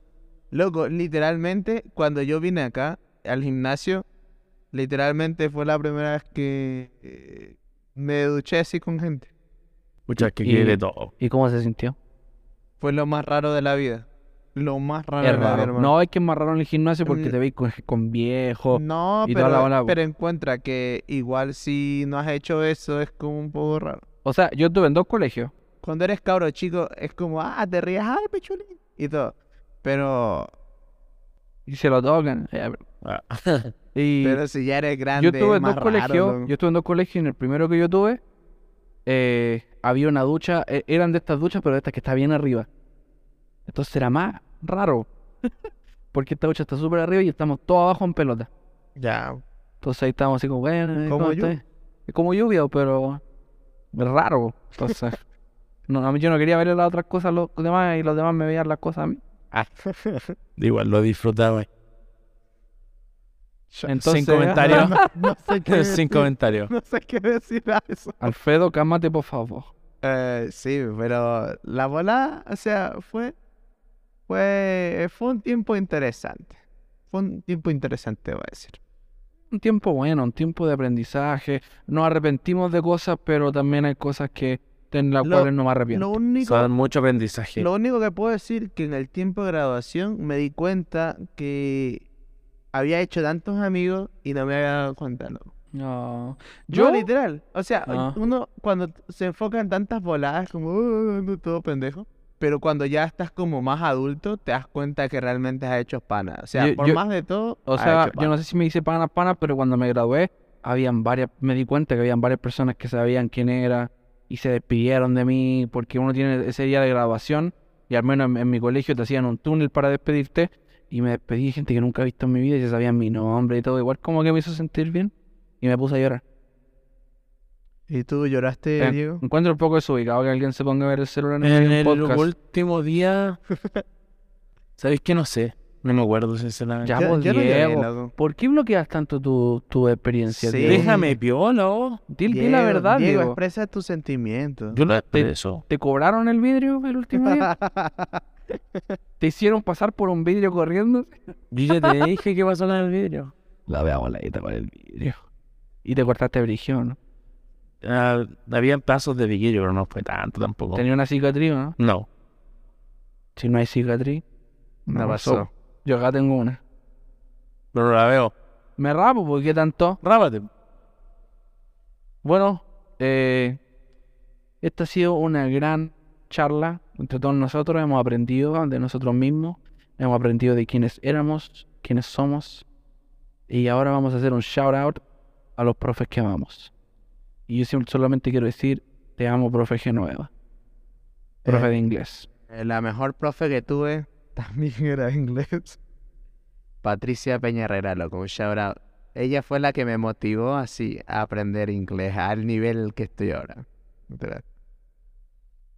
B: Loco, literalmente, cuando yo vine acá al gimnasio, literalmente fue la primera vez que eh, me duché así con gente.
C: Muchas que
A: Y- quiere
C: todo.
A: ¿Y cómo se sintió?
B: Fue lo más raro de la vida. Lo más raro
A: Es
B: de la vida,
A: raro.
B: hermano.
A: No, hay que amarraron en el gimnasio porque
B: Mm.
A: te veis con, con viejo.
B: No,
A: y toda
B: pero,
A: la bola, po.
B: pero encuentra que igual si no has hecho eso es como un poco raro.
A: O sea, yo estuve en dos colegios.
B: Cuando eres cabro chico es como, ah, te rías, ah, pechulín, y todo. Pero,
A: Y se lo tocan. eh, Y
B: Ah. pero si ya eres grande,
A: yo
B: es
A: estuve en
B: más
A: dos
B: raro,
A: colegios.
B: loco.
A: Yo estuve en dos colegios y en el primero que yo tuve eh, había una ducha. e- eran de estas duchas, pero de estas que está bien arriba. Entonces era más raro. porque esta ducha está súper arriba y estamos todos abajo en pelota.
B: Ya,
A: Entonces ahí estábamos así como, bueno, eh,
B: Como
A: ¿cómo
B: lluvia.
A: estáis? Es como lluvia, pero es raro. Entonces, no, a mí yo no quería ver las otras cosas a los demás y los demás me veían las cosas a mí.
C: Igual lo disfrutaba.
B: Ya,
A: Entonces,
C: Sin comentarios.
B: no sé qué
C: Sin
B: decir,
C: comentarios.
B: no sé qué decir a eso.
A: Alfredo, cálmate, por favor.
B: Eh, sí, pero la bola, o sea, fue, fue, fue un tiempo interesante. Fue un tiempo interesante, voy a decir.
A: Un tiempo bueno, un tiempo de aprendizaje. Nos arrepentimos de cosas, pero también hay cosas que en las
B: Lo-
A: cuales no me
B: Lo
A: arrepiento.
B: único,
C: Son mucho aprendizaje.
B: Lo único que puedo decir que en el tiempo de graduación me di cuenta que había hecho tantos amigos y no me había dado cuenta, loco.
A: No.
B: Yo,
A: Yo,
B: literal. O sea,
A: Ah.
B: uno cuando se enfoca en tantas voladas, como "Uh, ando todo pendejo. Pero cuando ya estás como más adulto, te das cuenta que realmente has hecho panas. O sea,
A: Yo-
B: por
A: yo-
B: más de todo,
A: o
B: has
A: sea,
B: hecho
A: yo no
B: panas.
A: sé si me hice pana pana, pero cuando me gradué, habían varias, me di cuenta que habían varias personas que sabían quién era y se despidieron de mí porque uno tiene ese día de graduación y al menos en, en mi colegio te hacían un túnel para despedirte y me despedí de gente que nunca he visto en mi vida y ya sabían mi nombre y todo. Igual como que me hizo sentir bien y me puse a llorar.
B: ¿Y tú lloraste,
A: Eh,
B: Diego?
A: Encuentro un poco desubicado que alguien se ponga a ver el celular en,
C: En
A: un
C: el
A: podcast.
C: último día. ¿Sabéis qué? No sé. No me acuerdo, sinceramente.
A: Ya,
B: Yo-
A: pues,
B: yo no lloré,
A: Diego,
B: loco.
A: ¿Por qué bloqueas tanto tu, tu experiencia,
B: Sí.
A: Diego?
C: Déjame piola, oh.
A: Dil, di la
B: Diego,
A: verdad,
B: Diego,
A: Diego.
B: expresa tus sentimientos.
C: Yo lo
A: Te-
C: eso.
A: ¿Te cobraron el vidrio el último día? ¿Te hicieron pasar por un vidrio corriendo?
C: Yo ya te dije que pasó la del vidrio.
A: La veamos la con el vidrio. Y te cortaste brigio, ¿no?
C: Ah, habían pasos de vidrio, pero no fue tanto tampoco.
A: Tenía una cicatriz, ¿no?
C: No.
A: Si no hay cicatriz,
B: No
A: no pasó.
B: pasó.
A: Yo acá tengo una.
C: Pero la veo.
A: Me rapo, ¿por qué tanto?
C: Rábate.
A: Bueno, eh, esta ha sido una gran charla entre todos nosotros. Hemos aprendido de nosotros mismos, hemos aprendido de quiénes éramos, quiénes somos. Y ahora vamos a hacer un shout out a los profes que amamos. Y yo siempre- solamente quiero decir, te amo, profe Genueva. Profe
B: Eh,
A: de inglés.
B: Eh, La mejor profe que tuve también era de inglés. Patricia Peña Herrera, loco, un shout out. Ella fue la que me motivó así a aprender inglés al nivel que estoy ahora. Literal.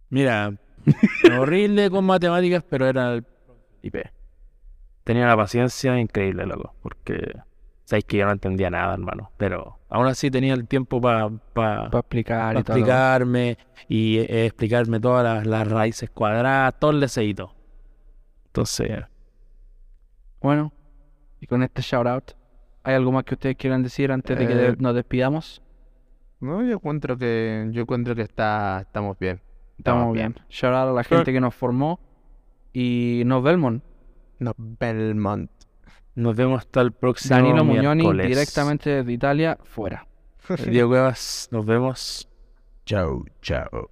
C: Mira, horrible con matemáticas, pero era el IP. Tenía la paciencia increíble, loco, porque sabéis que yo no entendía nada, hermano. Pero aún así tenía el tiempo para
A: Para explicar y todo. lo-
C: explicarme y eh, explicarme todas las, las raíces cuadradas, todo el deseito. Entonces,
A: Bueno, y con este shout out, ¿hay algo más que ustedes quieran decir antes de que
B: Eh,
A: de- nos despidamos?
B: No, yo encuentro que, yo encuentro que está, estamos bien.
A: Estamos bien. Shout out a la gente que nos formó y nos vemos.
B: No, Belmont.
C: nos vemos hasta el próximo
A: Danilo Muñoni
C: miércoles.
A: directamente desde Italia, fuera.
C: Diego Cuevas, nos vemos.
B: Chau, chau.